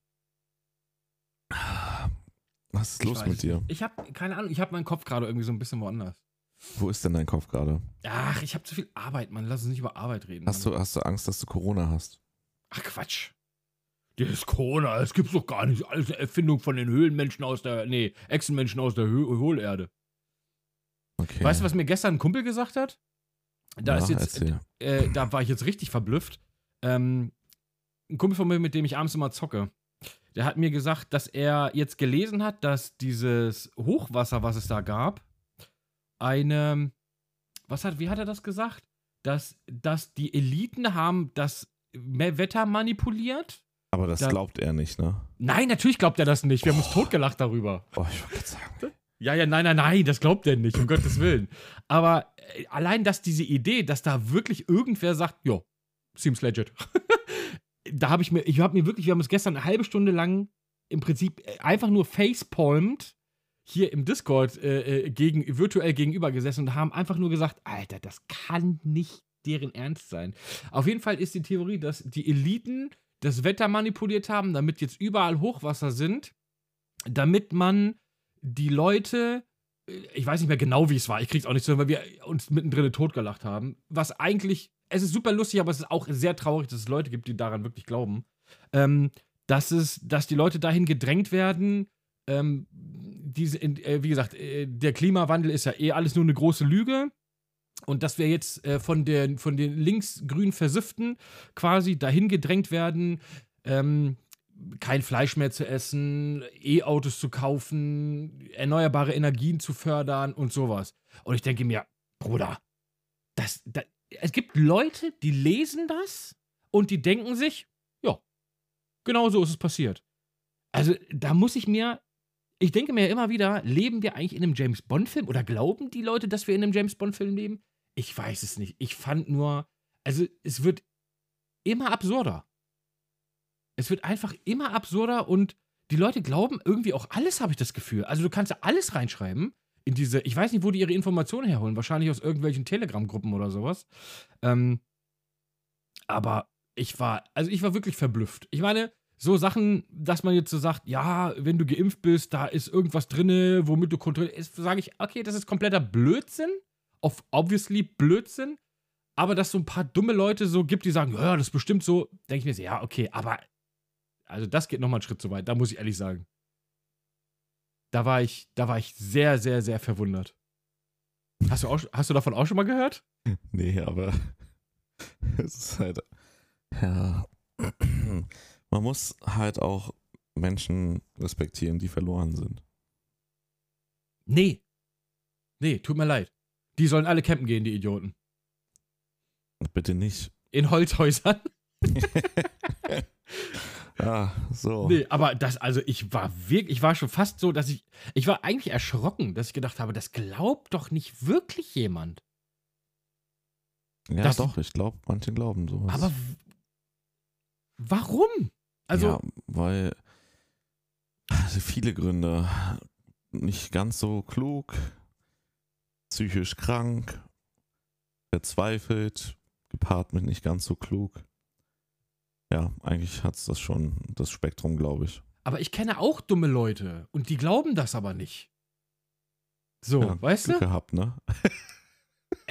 Was ist
Ich
los
weiß
mit
es
dir?
ich habe keine Ahnung, ich habe meinen Kopf gerade irgendwie so ein bisschen woanders.
Wo ist denn dein Kopf gerade?
Ach, ich habe zu viel Arbeit, Mann. Lass uns nicht über Arbeit reden.
Hast
Mann.
du, hast du Angst, dass du Corona hast?
Ach, Quatsch. Dieses Corona, das gibt's doch gar nicht. Alles eine Erfindung von den Höhlenmenschen aus der, nee, Echsenmenschen aus der Hö Hohlerde.
Okay.
Weißt du, was mir gestern ein Kumpel gesagt hat? Da ist
Ja,
jetzt,
erzähl.
äh, da war ich jetzt richtig verblüfft. Ähm, ein Kumpel von mir, mit dem ich abends immer zocke, der hat mir gesagt, dass er jetzt gelesen hat, dass dieses Hochwasser, was es da gab, eine, was hat, wie hat er das gesagt? Dass, dass die Eliten haben das Me- Wetter manipuliert?
Aber das
da-
glaubt er nicht, ne?
Nein, natürlich glaubt er das nicht. Wir haben uns
Oh.
totgelacht darüber.
Oh, ich wollte gerade sagen.
Ja, ja, nein, nein, nein, das glaubt er nicht, um Gottes Willen. Aber äh, allein, dass diese Idee, dass da wirklich irgendwer sagt, jo, seems legit. *laughs* da habe ich mir, ich habe mir wirklich, wir haben uns gestern eine halbe Stunde lang im Prinzip äh, einfach nur facepalmed hier im Discord äh, äh, gegen, virtuell gegenüber gesessen und haben einfach nur gesagt, Alter, das kann nicht deren Ernst sein. Auf jeden Fall ist die Theorie, dass die Eliten das Wetter manipuliert haben, damit jetzt überall Hochwasser sind, damit man die Leute, ich weiß nicht mehr genau, wie es war, ich krieg's auch nicht so, weil wir uns mittendrin totgelacht haben, was eigentlich, es ist super lustig, aber es ist auch sehr traurig, dass es Leute gibt, die daran wirklich glauben, ähm, dass es, dass die Leute dahin gedrängt werden, ähm, diese, in- äh, wie gesagt, äh, der Klimawandel ist ja eh alles nur eine große Lüge. Und dass wir jetzt äh, von, den, von den linksgrün Versifften quasi dahin gedrängt werden, ähm, kein Fleisch mehr zu essen, E-Autos zu kaufen, erneuerbare Energien zu fördern und sowas. Und ich denke mir, Bruder, das, da- es gibt Leute, die lesen das und die denken sich, ja, genau so ist es passiert. Also da muss ich mir, ich denke mir immer wieder, leben wir eigentlich in einem James Bond-Film oder glauben die Leute, dass wir in einem James Bond-Film leben? Ich weiß es nicht. Ich fand nur, also es wird immer absurder. Es wird einfach immer absurder und die Leute glauben irgendwie auch alles, habe ich das Gefühl. Also du kannst ja alles reinschreiben in diese, ich weiß nicht, wo die ihre Informationen herholen, wahrscheinlich aus irgendwelchen Telegram-Gruppen oder sowas. Ähm, aber ich war, also ich war wirklich verblüfft. Ich meine, so Sachen, dass man jetzt so sagt, ja, wenn du geimpft bist, da ist irgendwas drinne, womit du kontrollierst, sage ich, okay, das ist kompletter Blödsinn, auf obviously Blödsinn, aber dass so ein paar dumme Leute so gibt, die sagen, ja, das ist bestimmt so, denke ich mir so, ja, okay, aber also das geht nochmal einen Schritt zu weit, da muss ich ehrlich sagen. Da war ich, da war ich sehr, sehr, sehr verwundert. Hast du, auch, hast du davon auch schon mal gehört?
Nee, aber *laughs* es ist halt. Ja. *clears throat* Man muss halt auch Menschen respektieren, die verloren sind.
Nee. Nee, tut mir leid. Die sollen alle campen gehen, die Idioten.
Bitte nicht.
In Holzhäusern. *laughs*
Ah, so.
Nee, aber das, also ich war wirklich, ich war schon fast so, dass ich, ich war eigentlich erschrocken, dass ich gedacht habe, das glaubt doch nicht wirklich jemand.
ja,
das-
doch, ich glaube, manche glauben sowas.
Aber w- warum? Also,
ja, weil *laughs* also viele Gründe. Nicht ganz so klug, psychisch krank, verzweifelt, gepaart mit nicht ganz so klug. Ja, eigentlich hat es das schon, das Spektrum, glaube ich.
aber ich kenne auch dumme Leute und die glauben das aber nicht. So,
ja,
weißt
Glück
du?
gehabt, ne?
Äh,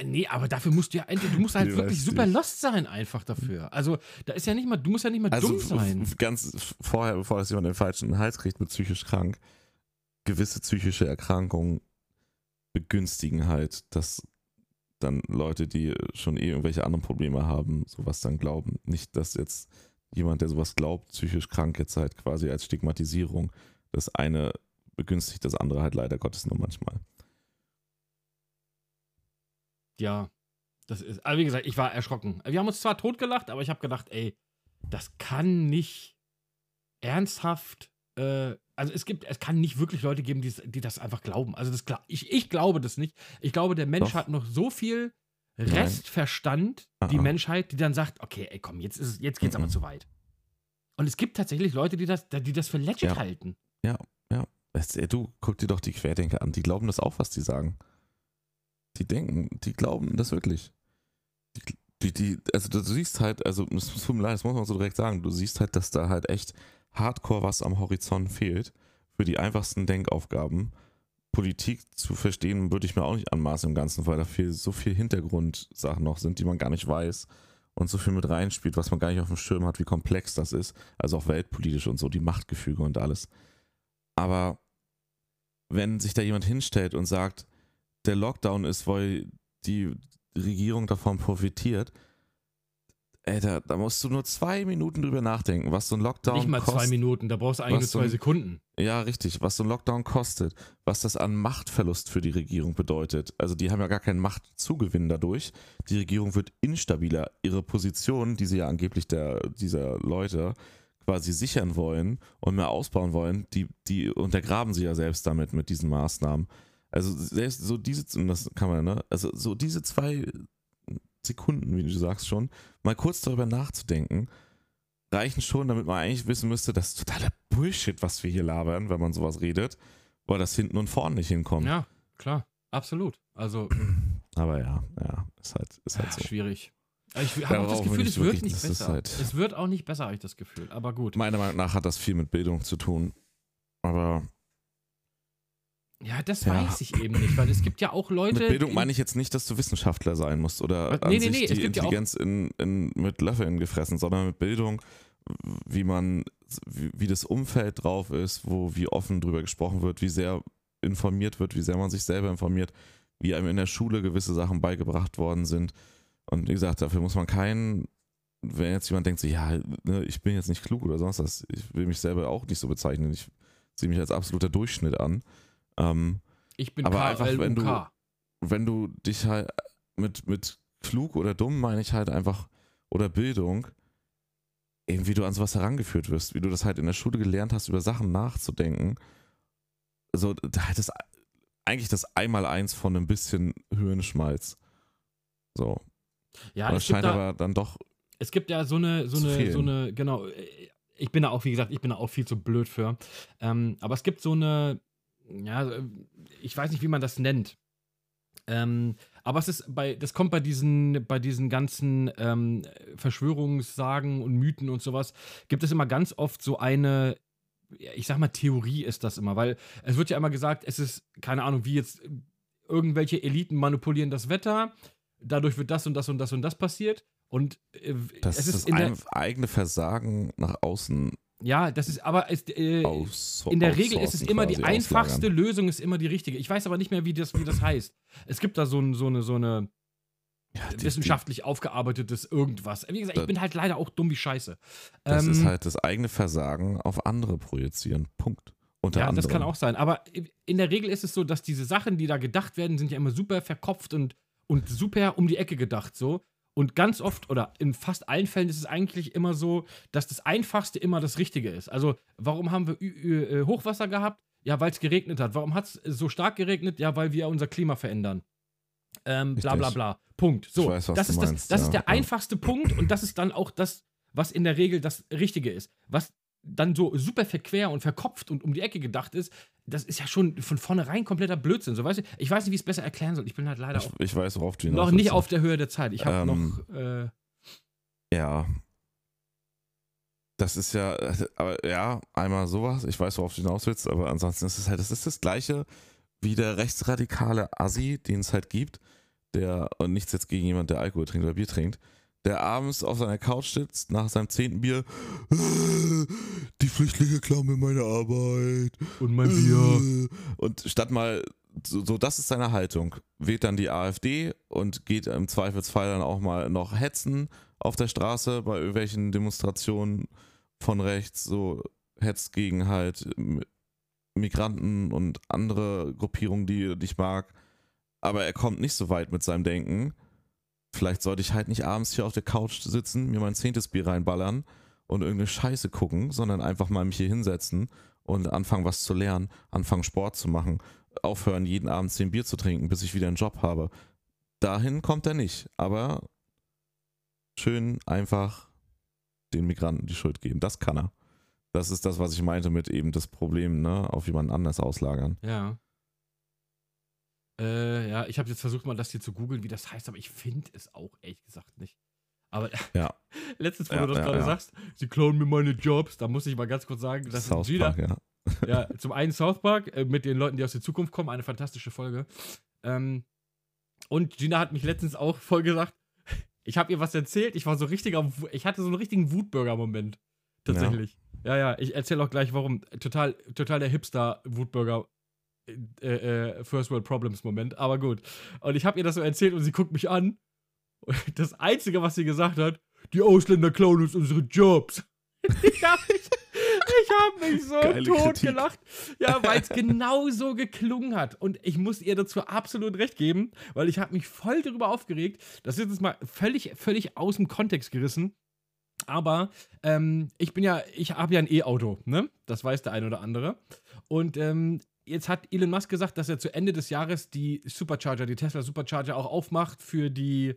Nee, aber dafür musst du ja eigentlich, du
*laughs*
musst halt
Nee,
wirklich
weiß
super
nicht.
lost sein, einfach dafür. Also, da ist ja nicht mal, du musst ja nicht mal dumm
Also f-
sein.
f- ganz f- vorher, bevor das jemand den falschen Hals kriegt mit psychisch krank, gewisse psychische Erkrankungen begünstigen halt, dass dann Leute, die schon eh irgendwelche anderen Probleme haben, sowas dann glauben. Nicht, dass jetzt jemand, der sowas glaubt, psychisch krank jetzt halt quasi als Stigmatisierung, das eine begünstigt das andere halt leider Gottes nur manchmal.
Ja, das ist, aber wie gesagt, ich war erschrocken. Wir haben uns zwar totgelacht, aber ich habe gedacht, ey, das kann nicht ernsthaft, äh, also es gibt, es kann nicht wirklich Leute geben, die, es- die das einfach glauben. Also das, gla- ich, ich glaube das nicht. Ich glaube, der Mensch
Doch.
hat noch so viel
Nein.
Restverstand, die
Ah, ah.
Menschheit, die dann sagt, okay, ey, komm, jetzt, ist, es- jetzt geht's aber
Mhm.
zu weit. Und es gibt tatsächlich Leute, die das, die das für legit
Ja.
halten.
Weißt äh, du, du, guck dir doch die Querdenker an. Die glauben das auch, was die sagen. Die denken, die glauben das wirklich. Die, die, die, also du siehst halt, also es tut mir leid, das muss man so direkt sagen, du siehst halt, dass da halt echt hardcore was am Horizont fehlt für die einfachsten Denkaufgaben. Politik zu verstehen, würde ich mir auch nicht anmaßen im Ganzen, weil da viel, so viel Hintergrundsachen noch sind, die man gar nicht weiß und so viel mit reinspielt, was man gar nicht auf dem Schirm hat, wie komplex das ist. Also auch weltpolitisch und so, die Machtgefüge und alles. Aber wenn sich da jemand hinstellt und sagt, der Lockdown ist, weil die Regierung davon profitiert, ey, da, da musst du nur zwei Minuten drüber nachdenken, was so ein Lockdown
Nicht mal
kostet.
zwei Minuten, da brauchst du eigentlich nur
was so
zwei
ein-
Sekunden.
Ja, richtig. Was so ein Lockdown kostet, was das an Machtverlust für die Regierung bedeutet. Also die haben ja gar keinen Machtzugewinn dadurch. Die Regierung wird instabiler. Ihre Position, die sie ja angeblich der, dieser Leute quasi sichern wollen und mehr ausbauen wollen, die, die untergraben sie ja selbst damit mit diesen Maßnahmen. Also selbst so diese, und das kann man, ne? Also so diese zwei Sekunden, wie du sagst schon, mal kurz darüber nachzudenken, reichen schon, damit man eigentlich wissen müsste, das ist totaler Bullshit, was wir hier labern, wenn man sowas redet, weil das hinten und vorn nicht hinkommt.
Ja, klar, absolut. Also
Aber ja, ja, ist halt, ist halt
Ach,
so.
schwierig. Ich
Da
habe auch das
brauchen
Gefühl,
wir nicht
es wird
wirklich-
nicht
das ist
besser.
halt-
Es wird auch nicht besser, habe ich das Gefühl. Aber gut.
Meiner Meinung nach hat das viel mit Bildung zu tun. Aber
Ja, das
Ja.
weiß ich eben nicht, weil es gibt ja auch Leute.
Mit Bildung meine ich jetzt nicht, dass du Wissenschaftler sein musst
Was?
oder an
Nee, nee,
sich
nee, es
die
gibt ja auch-
Intelligenz in, in, mit Löffeln gefressen, sondern mit Bildung, wie man, wie, wie das Umfeld drauf ist, wo wie offen drüber gesprochen wird, wie sehr informiert wird, wie sehr man sich selber informiert, wie einem in der Schule gewisse Sachen beigebracht worden sind. Und wie gesagt, dafür muss man keinen, wenn jetzt jemand denkt, so, ja, ne, ich bin jetzt nicht klug oder sonst was, ich will mich selber auch nicht so bezeichnen, ich sehe mich als absoluter Durchschnitt an. Ähm,
ich bin
aber
KLUK.
einfach, wenn du- wenn du dich halt mit, mit klug oder dumm meine ich halt einfach, oder Bildung, eben wie du an sowas herangeführt wirst, wie du das halt in der Schule gelernt hast, über Sachen nachzudenken. Also da halt das eigentlich das Einmaleins von ein bisschen Hirnschmalz. So.
ja,
Aber
es
das
gibt,
scheint
da,
aber dann doch.
es gibt ja so eine, so
zu
eine,
fehlen.
so eine, genau. äh, Ich bin da auch, wie gesagt, ich bin da auch viel zu blöd für. Ähm, aber es gibt so eine, ja, ich weiß nicht, wie man das nennt. Ähm, aber es ist bei, das kommt bei diesen, bei diesen ganzen ähm, Verschwörungssagen und Mythen und sowas, gibt es immer ganz oft so eine, ja, ich sag mal, Theorie ist das immer, weil es wird ja immer gesagt, es ist, keine Ahnung, wie jetzt irgendwelche Eliten manipulieren das Wetter, dadurch wird das und das und das und das passiert. Und äh,
Das
es
ist
ist
das
in der,
ein- eigene Versagen nach außen
ja, das ist, aber es, äh,
aus.
in der Regel ist es
outsourcen
immer die
quasi,
einfachste
auslagern.
Lösung, ist immer die richtige. Ich weiß aber nicht mehr, wie das, wie das heißt. Es gibt da so, ein, so eine, so eine
Ja, die- die-
wissenschaftlich aufgearbeitetes irgendwas. Wie gesagt, ich
Da-
bin halt leider auch dumm wie Scheiße.
Das
Ähm,
ist halt das eigene Versagen auf andere projizieren. Punkt. Unter
ja,
anderem.
das kann auch sein. Aber in der Regel ist es so, dass diese Sachen, die da gedacht werden, sind ja immer super verkopft und, und super um die Ecke gedacht so. Und ganz oft oder in fast allen Fällen ist es eigentlich immer so, dass das Einfachste immer das Richtige ist. Also, warum haben wir Ü Ü äh, Hochwasser gehabt? Ja, weil es geregnet hat. Warum hat es so stark geregnet? Ja, weil wir unser Klima verändern. Ähm, bla bla
Richtig.
bla. Punkt. So,
Ich weiß, was
das,
du
ist das,
meinst,
das
ja,
ist der
ja.
einfachste Punkt und das ist dann auch das, was in der Regel das Richtige ist. Was dann so super verquer und verkopft und um die Ecke gedacht ist, das ist ja schon von vornherein kompletter Blödsinn. So, weißt du? Ich weiß nicht, wie ich es besser erklären soll. Ich bin halt leider
Ich,
auch
ich weiß, worauf du hinaus
noch nicht
willst.
auf der Höhe der Zeit. Ich habe
Ähm,
noch. Äh,
Ja. Das ist ja, aber ja, einmal sowas, ich weiß, worauf du hinaus willst, aber ansonsten ist es halt, das ist das Gleiche wie der rechtsradikale Assi, den es halt gibt, der, und nichts jetzt gegen jemand, der Alkohol trinkt oder Bier trinkt, der abends auf seiner Couch sitzt, nach seinem zehnten Bier, "Ah, die Flüchtlinge klauen mir meine Arbeit,
und mein
Äh, und statt mal, so, so das ist seine Haltung, wählt dann die AfD und geht im Zweifelsfall dann auch mal noch hetzen auf der Straße bei irgendwelchen Demonstrationen von rechts, so hetzt gegen halt ähm, Migranten und andere Gruppierungen, die er nicht mag. Aber er kommt nicht so weit mit seinem Denken. Vielleicht sollte ich halt nicht abends hier auf der Couch sitzen, mir mein zehntes Bier reinballern und irgendeine Scheiße gucken, sondern einfach mal mich hier hinsetzen und anfangen, was zu lernen, anfangen, Sport zu machen, aufhören, jeden Abend zehn Bier zu trinken, bis ich wieder einen Job habe. Dahin kommt er nicht, aber schön einfach den Migranten die Schuld geben. Das kann er. Das ist das, was ich meinte mit eben das Problem, ne, auf jemanden anders auslagern.
Ja. Äh, ja, ich habe jetzt versucht, mal das hier zu googeln, wie das heißt, aber ich finde es auch ehrlich gesagt nicht. Aber
Ja.
*laughs* letztens, wo
Ja,
du das
ja,
gerade
ja.
sagst, sie klauen mir meine Jobs, da muss ich mal ganz kurz sagen, das ist wieder,
Park, ja.
*laughs* ja, zum einen South Park äh, mit den Leuten, die aus der Zukunft kommen, eine fantastische Folge. Ähm, und Gina hat mich letztens auch voll gesagt, ich habe ihr was erzählt, ich war so richtiger, Wu- ich hatte so einen richtigen Wutbürger-Moment. Tatsächlich. Ja, ja, ich erzähle auch gleich, warum. Total, total der Hipster-Wutbürger. Äh, äh, First World Problems Moment, aber gut. Und ich habe ihr das so erzählt und sie guckt mich an. Und *laughs* das Einzige, was sie gesagt hat, die Ausländer klauen uns unsere *laughs* Jobs. Ich habe mich, ich hab mich so
Geile
tot
Kritik.
gelacht. Ja, weil es genau so geklungen hat. Und ich muss ihr dazu absolut recht geben, weil ich habe mich voll darüber aufgeregt. Das ist jetzt mal völlig, völlig aus dem Kontext gerissen. Aber ähm, ich bin ja, ich habe ja ein E-Auto, ne? Das weiß der eine oder andere. Und ähm, jetzt hat Elon Musk gesagt, dass er zu Ende des Jahres die Supercharger, die Tesla Supercharger auch aufmacht für die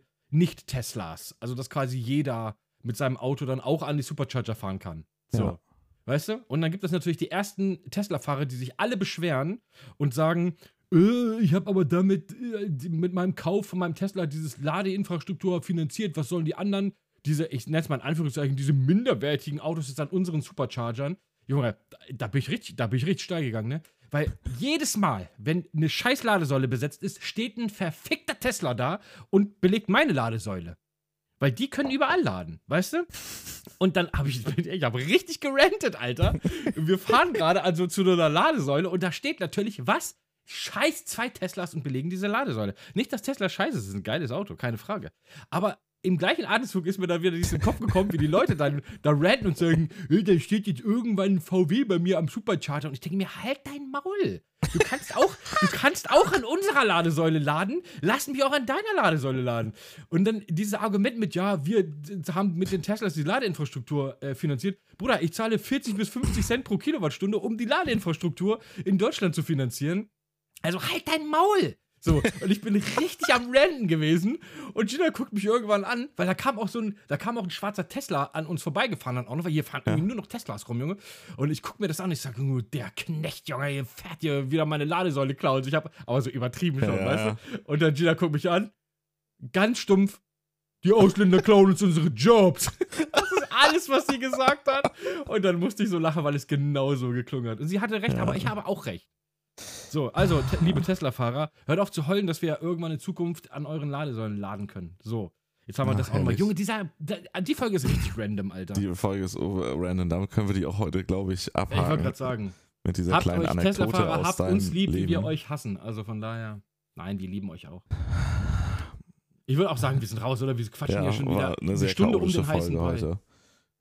Nicht-Teslas. Also, dass quasi jeder mit seinem Auto dann auch an die Supercharger fahren kann. So.
Ja.
Weißt du? Und dann gibt es natürlich die ersten Tesla-Fahrer, die sich alle beschweren und sagen, äh, ich habe aber damit äh, die- mit meinem Kauf von meinem Tesla dieses Ladeinfrastruktur finanziert. Was sollen die anderen? Diese, ich nenne es mal in Anführungszeichen, diese minderwertigen Autos jetzt an unseren Superchargern. Junge, da, da bin ich richtig, da bin ich richtig steil gegangen, ne? Weil jedes Mal, wenn eine scheiß Ladesäule besetzt ist, steht ein verfickter Tesla da und belegt meine Ladesäule. Weil die können überall laden, weißt du? Und dann habe ich, *laughs* ich habe richtig gerantet, Alter. Wir fahren gerade also zu einer Ladesäule und da steht natürlich, was? Scheiß zwei Teslas und belegen diese Ladesäule. Nicht, dass Tesla scheiße ist, ist ein geiles Auto, keine Frage. Aber im gleichen Atemzug ist mir dann wieder dies in den Kopf gekommen, wie die Leute dann da ranten und sagen, "Äh, da steht jetzt irgendwann ein VW bei mir am Supercharger und ich denke mir, halt dein Maul. Du kannst auch, du kannst auch an unserer Ladesäule laden, lass mich auch an deiner Ladesäule laden. Und dann dieses Argument mit, ja, wir d- haben mit den Teslas die Ladeinfrastruktur äh, finanziert. Bruder, ich zahle 40 bis 50 Cent pro Kilowattstunde, um die Ladeinfrastruktur in Deutschland zu finanzieren. Also halt dein Maul! So, und ich bin richtig am Randen gewesen. Und Gina guckt mich irgendwann an, weil da kam auch so ein, da kam auch ein schwarzer Tesla an uns vorbeigefahren dann auch noch, weil hier fahren irgendwie nur noch Teslas rum, Junge. Und ich guck mir das an, ich sag, "Oh, der Knecht, Junge, hier fährt hier wieder meine Ladesäule klar. Und ich hab, aber so übertrieben schon,
Ja, ja.
weißt du? Und dann Gina guckt mich an, ganz stumpf, die Ausländer klauen uns unsere Jobs. Das ist alles, was sie gesagt hat. Und dann musste ich so lachen, weil es genau so geklungen hat. Und sie hatte recht, aber ich habe auch recht. So, also, te liebe Tesla-Fahrer, hört auf zu heulen, dass wir irgendwann in Zukunft an euren Ladesäulen laden können. So, jetzt haben wir
Ach,
das auch mal.
herrlich.
Junge, dieser, da- die Folge ist richtig random, Alter.
Die Folge ist over random. Damit können wir die auch heute, glaube
ich
ich,
wollte
abhaken.
gerade sagen,
mit dieser
habt
kleinen
euch
Anekdote
Tesla-Fahrer,
aus
habt
deinem
uns lieb,
Leben.
wie wir euch hassen. Also von daher, nein, wir lieben euch auch. Ich würde auch sagen, wir sind raus, oder? Wir quatschen
ja,
hier schon
war
wieder um
eine sehr chaotische Folge
Brei.
heute.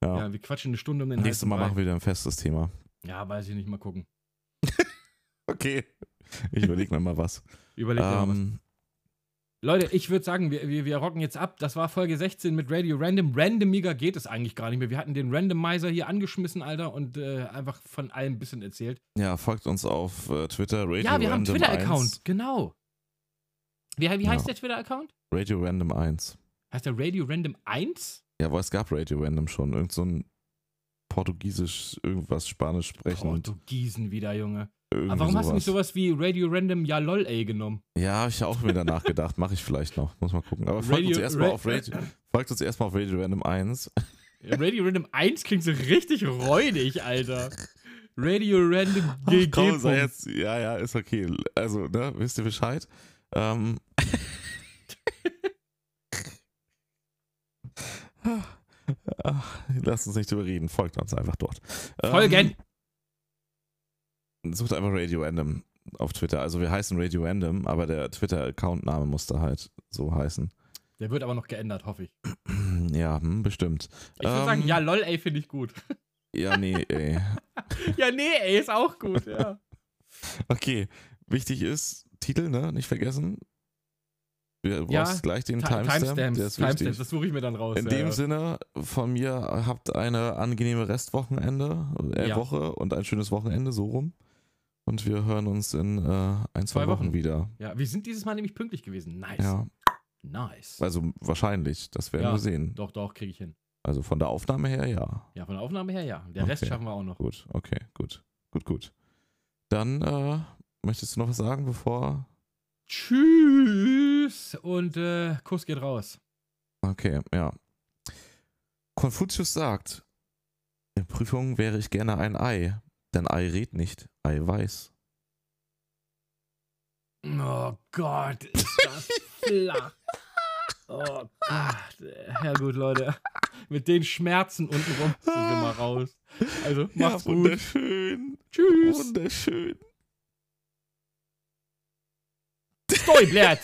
Ja.
Ja, wir quatschen eine Stunde um den
Nächstes
heißen
Mal
Brei.
machen wir wieder ein festes Thema.
Ja, weiß ich nicht, mal gucken.
Okay. Ich überlege mir mal was.
Überlegt dir mal was.
ähm,
Leute, ich würde sagen, wir, wir, wir rocken jetzt ab. Das war Folge 16 mit Radio Random. Randomiger geht es eigentlich gar nicht mehr. Wir hatten den Randomizer hier angeschmissen, Alter, und äh, einfach von allem ein bisschen erzählt.
ja, folgt uns auf äh, Twitter. Radio
ja, wir haben einen
Random 1.
Twitter-Account, genau. Wie, wie heißt
Ja.
der Twitter-Account?
Radio Random 1.
Heißt der Radio Random 1?
Ja, aber es gab Radio Random schon. Irgend so ein portugiesisch, irgendwas spanisch sprechend.
Portugiesen wieder, Junge.
irgendwie
Aber warum
sowas.
hast du nicht sowas wie Radio Random Ja lol ey genommen?
Ja, habe ich ja auch mir danach gedacht. Mache ich vielleicht noch. Muss mal gucken. Aber folgt
Radio-
uns erstmal
Ra-
auf Radio. Folgt uns erstmal auf Radio Random 1.
Radio Random 1 klingt so richtig räudig, Alter. Radio Random
Ach,
GG.
komm, sei jetzt, ja, ja, ist okay. Also, ne, wisst ihr Bescheid? Ähm. *laughs* Ach, lasst uns nicht drüber reden. Folgt uns einfach dort. Ähm,
Folgen!
Sucht einfach Radio Random auf Twitter. Also, wir heißen Radio Random, aber der Twitter-Account-Name musste halt so heißen.
Der wird aber noch geändert, hoffe ich.
Ja, hm, bestimmt.
Ich würde
Ähm,
sagen, ja, lol, ey, finde ich gut. *laughs*
Ja, nee, ey.
ja, nee, ey, ist auch gut,
*laughs*
ja.
Okay, wichtig ist, Titel, ne? Nicht vergessen. Wir
Ja,
brauchst gleich den
Ti-
Timestamp. der ist wichtig.
Timestamps, das suche ich mir dann raus.
In
ja,
dem
ja.
Sinne, von mir habt eine angenehme Restwochenende, äh,
Ja.
Woche und ein schönes Wochenende, so rum. Und wir hören uns in äh, ein, zwei,
Zwei
Wochen.
Wochen.
wieder.
Ja, wir sind dieses Mal nämlich pünktlich gewesen. Nice.
Ja,
Nice.
also wahrscheinlich, das werden
Ja.
wir sehen.
Doch, doch, kriege ich hin.
Also von der Aufnahme her, ja.
Ja, von der Aufnahme her, ja. Der Rest
Okay.
schaffen wir auch noch.
Gut, okay, gut, gut, gut. Dann äh, möchtest du noch was sagen, bevor
Tschüss und äh, Kuss geht raus.
Okay, ja. Konfuzius sagt, in Prüfungen wäre ich gerne ein Ei, denn Ei redet nicht, Ei weiß.
Oh Gott, ist
*laughs*
das flach. Oh Gott. Ja gut, Leute. Mit den Schmerzen untenrum sind wir mal raus. Also, macht's gut.
wunderschön,
Tschüss.
wunderschön.
Stoiblet.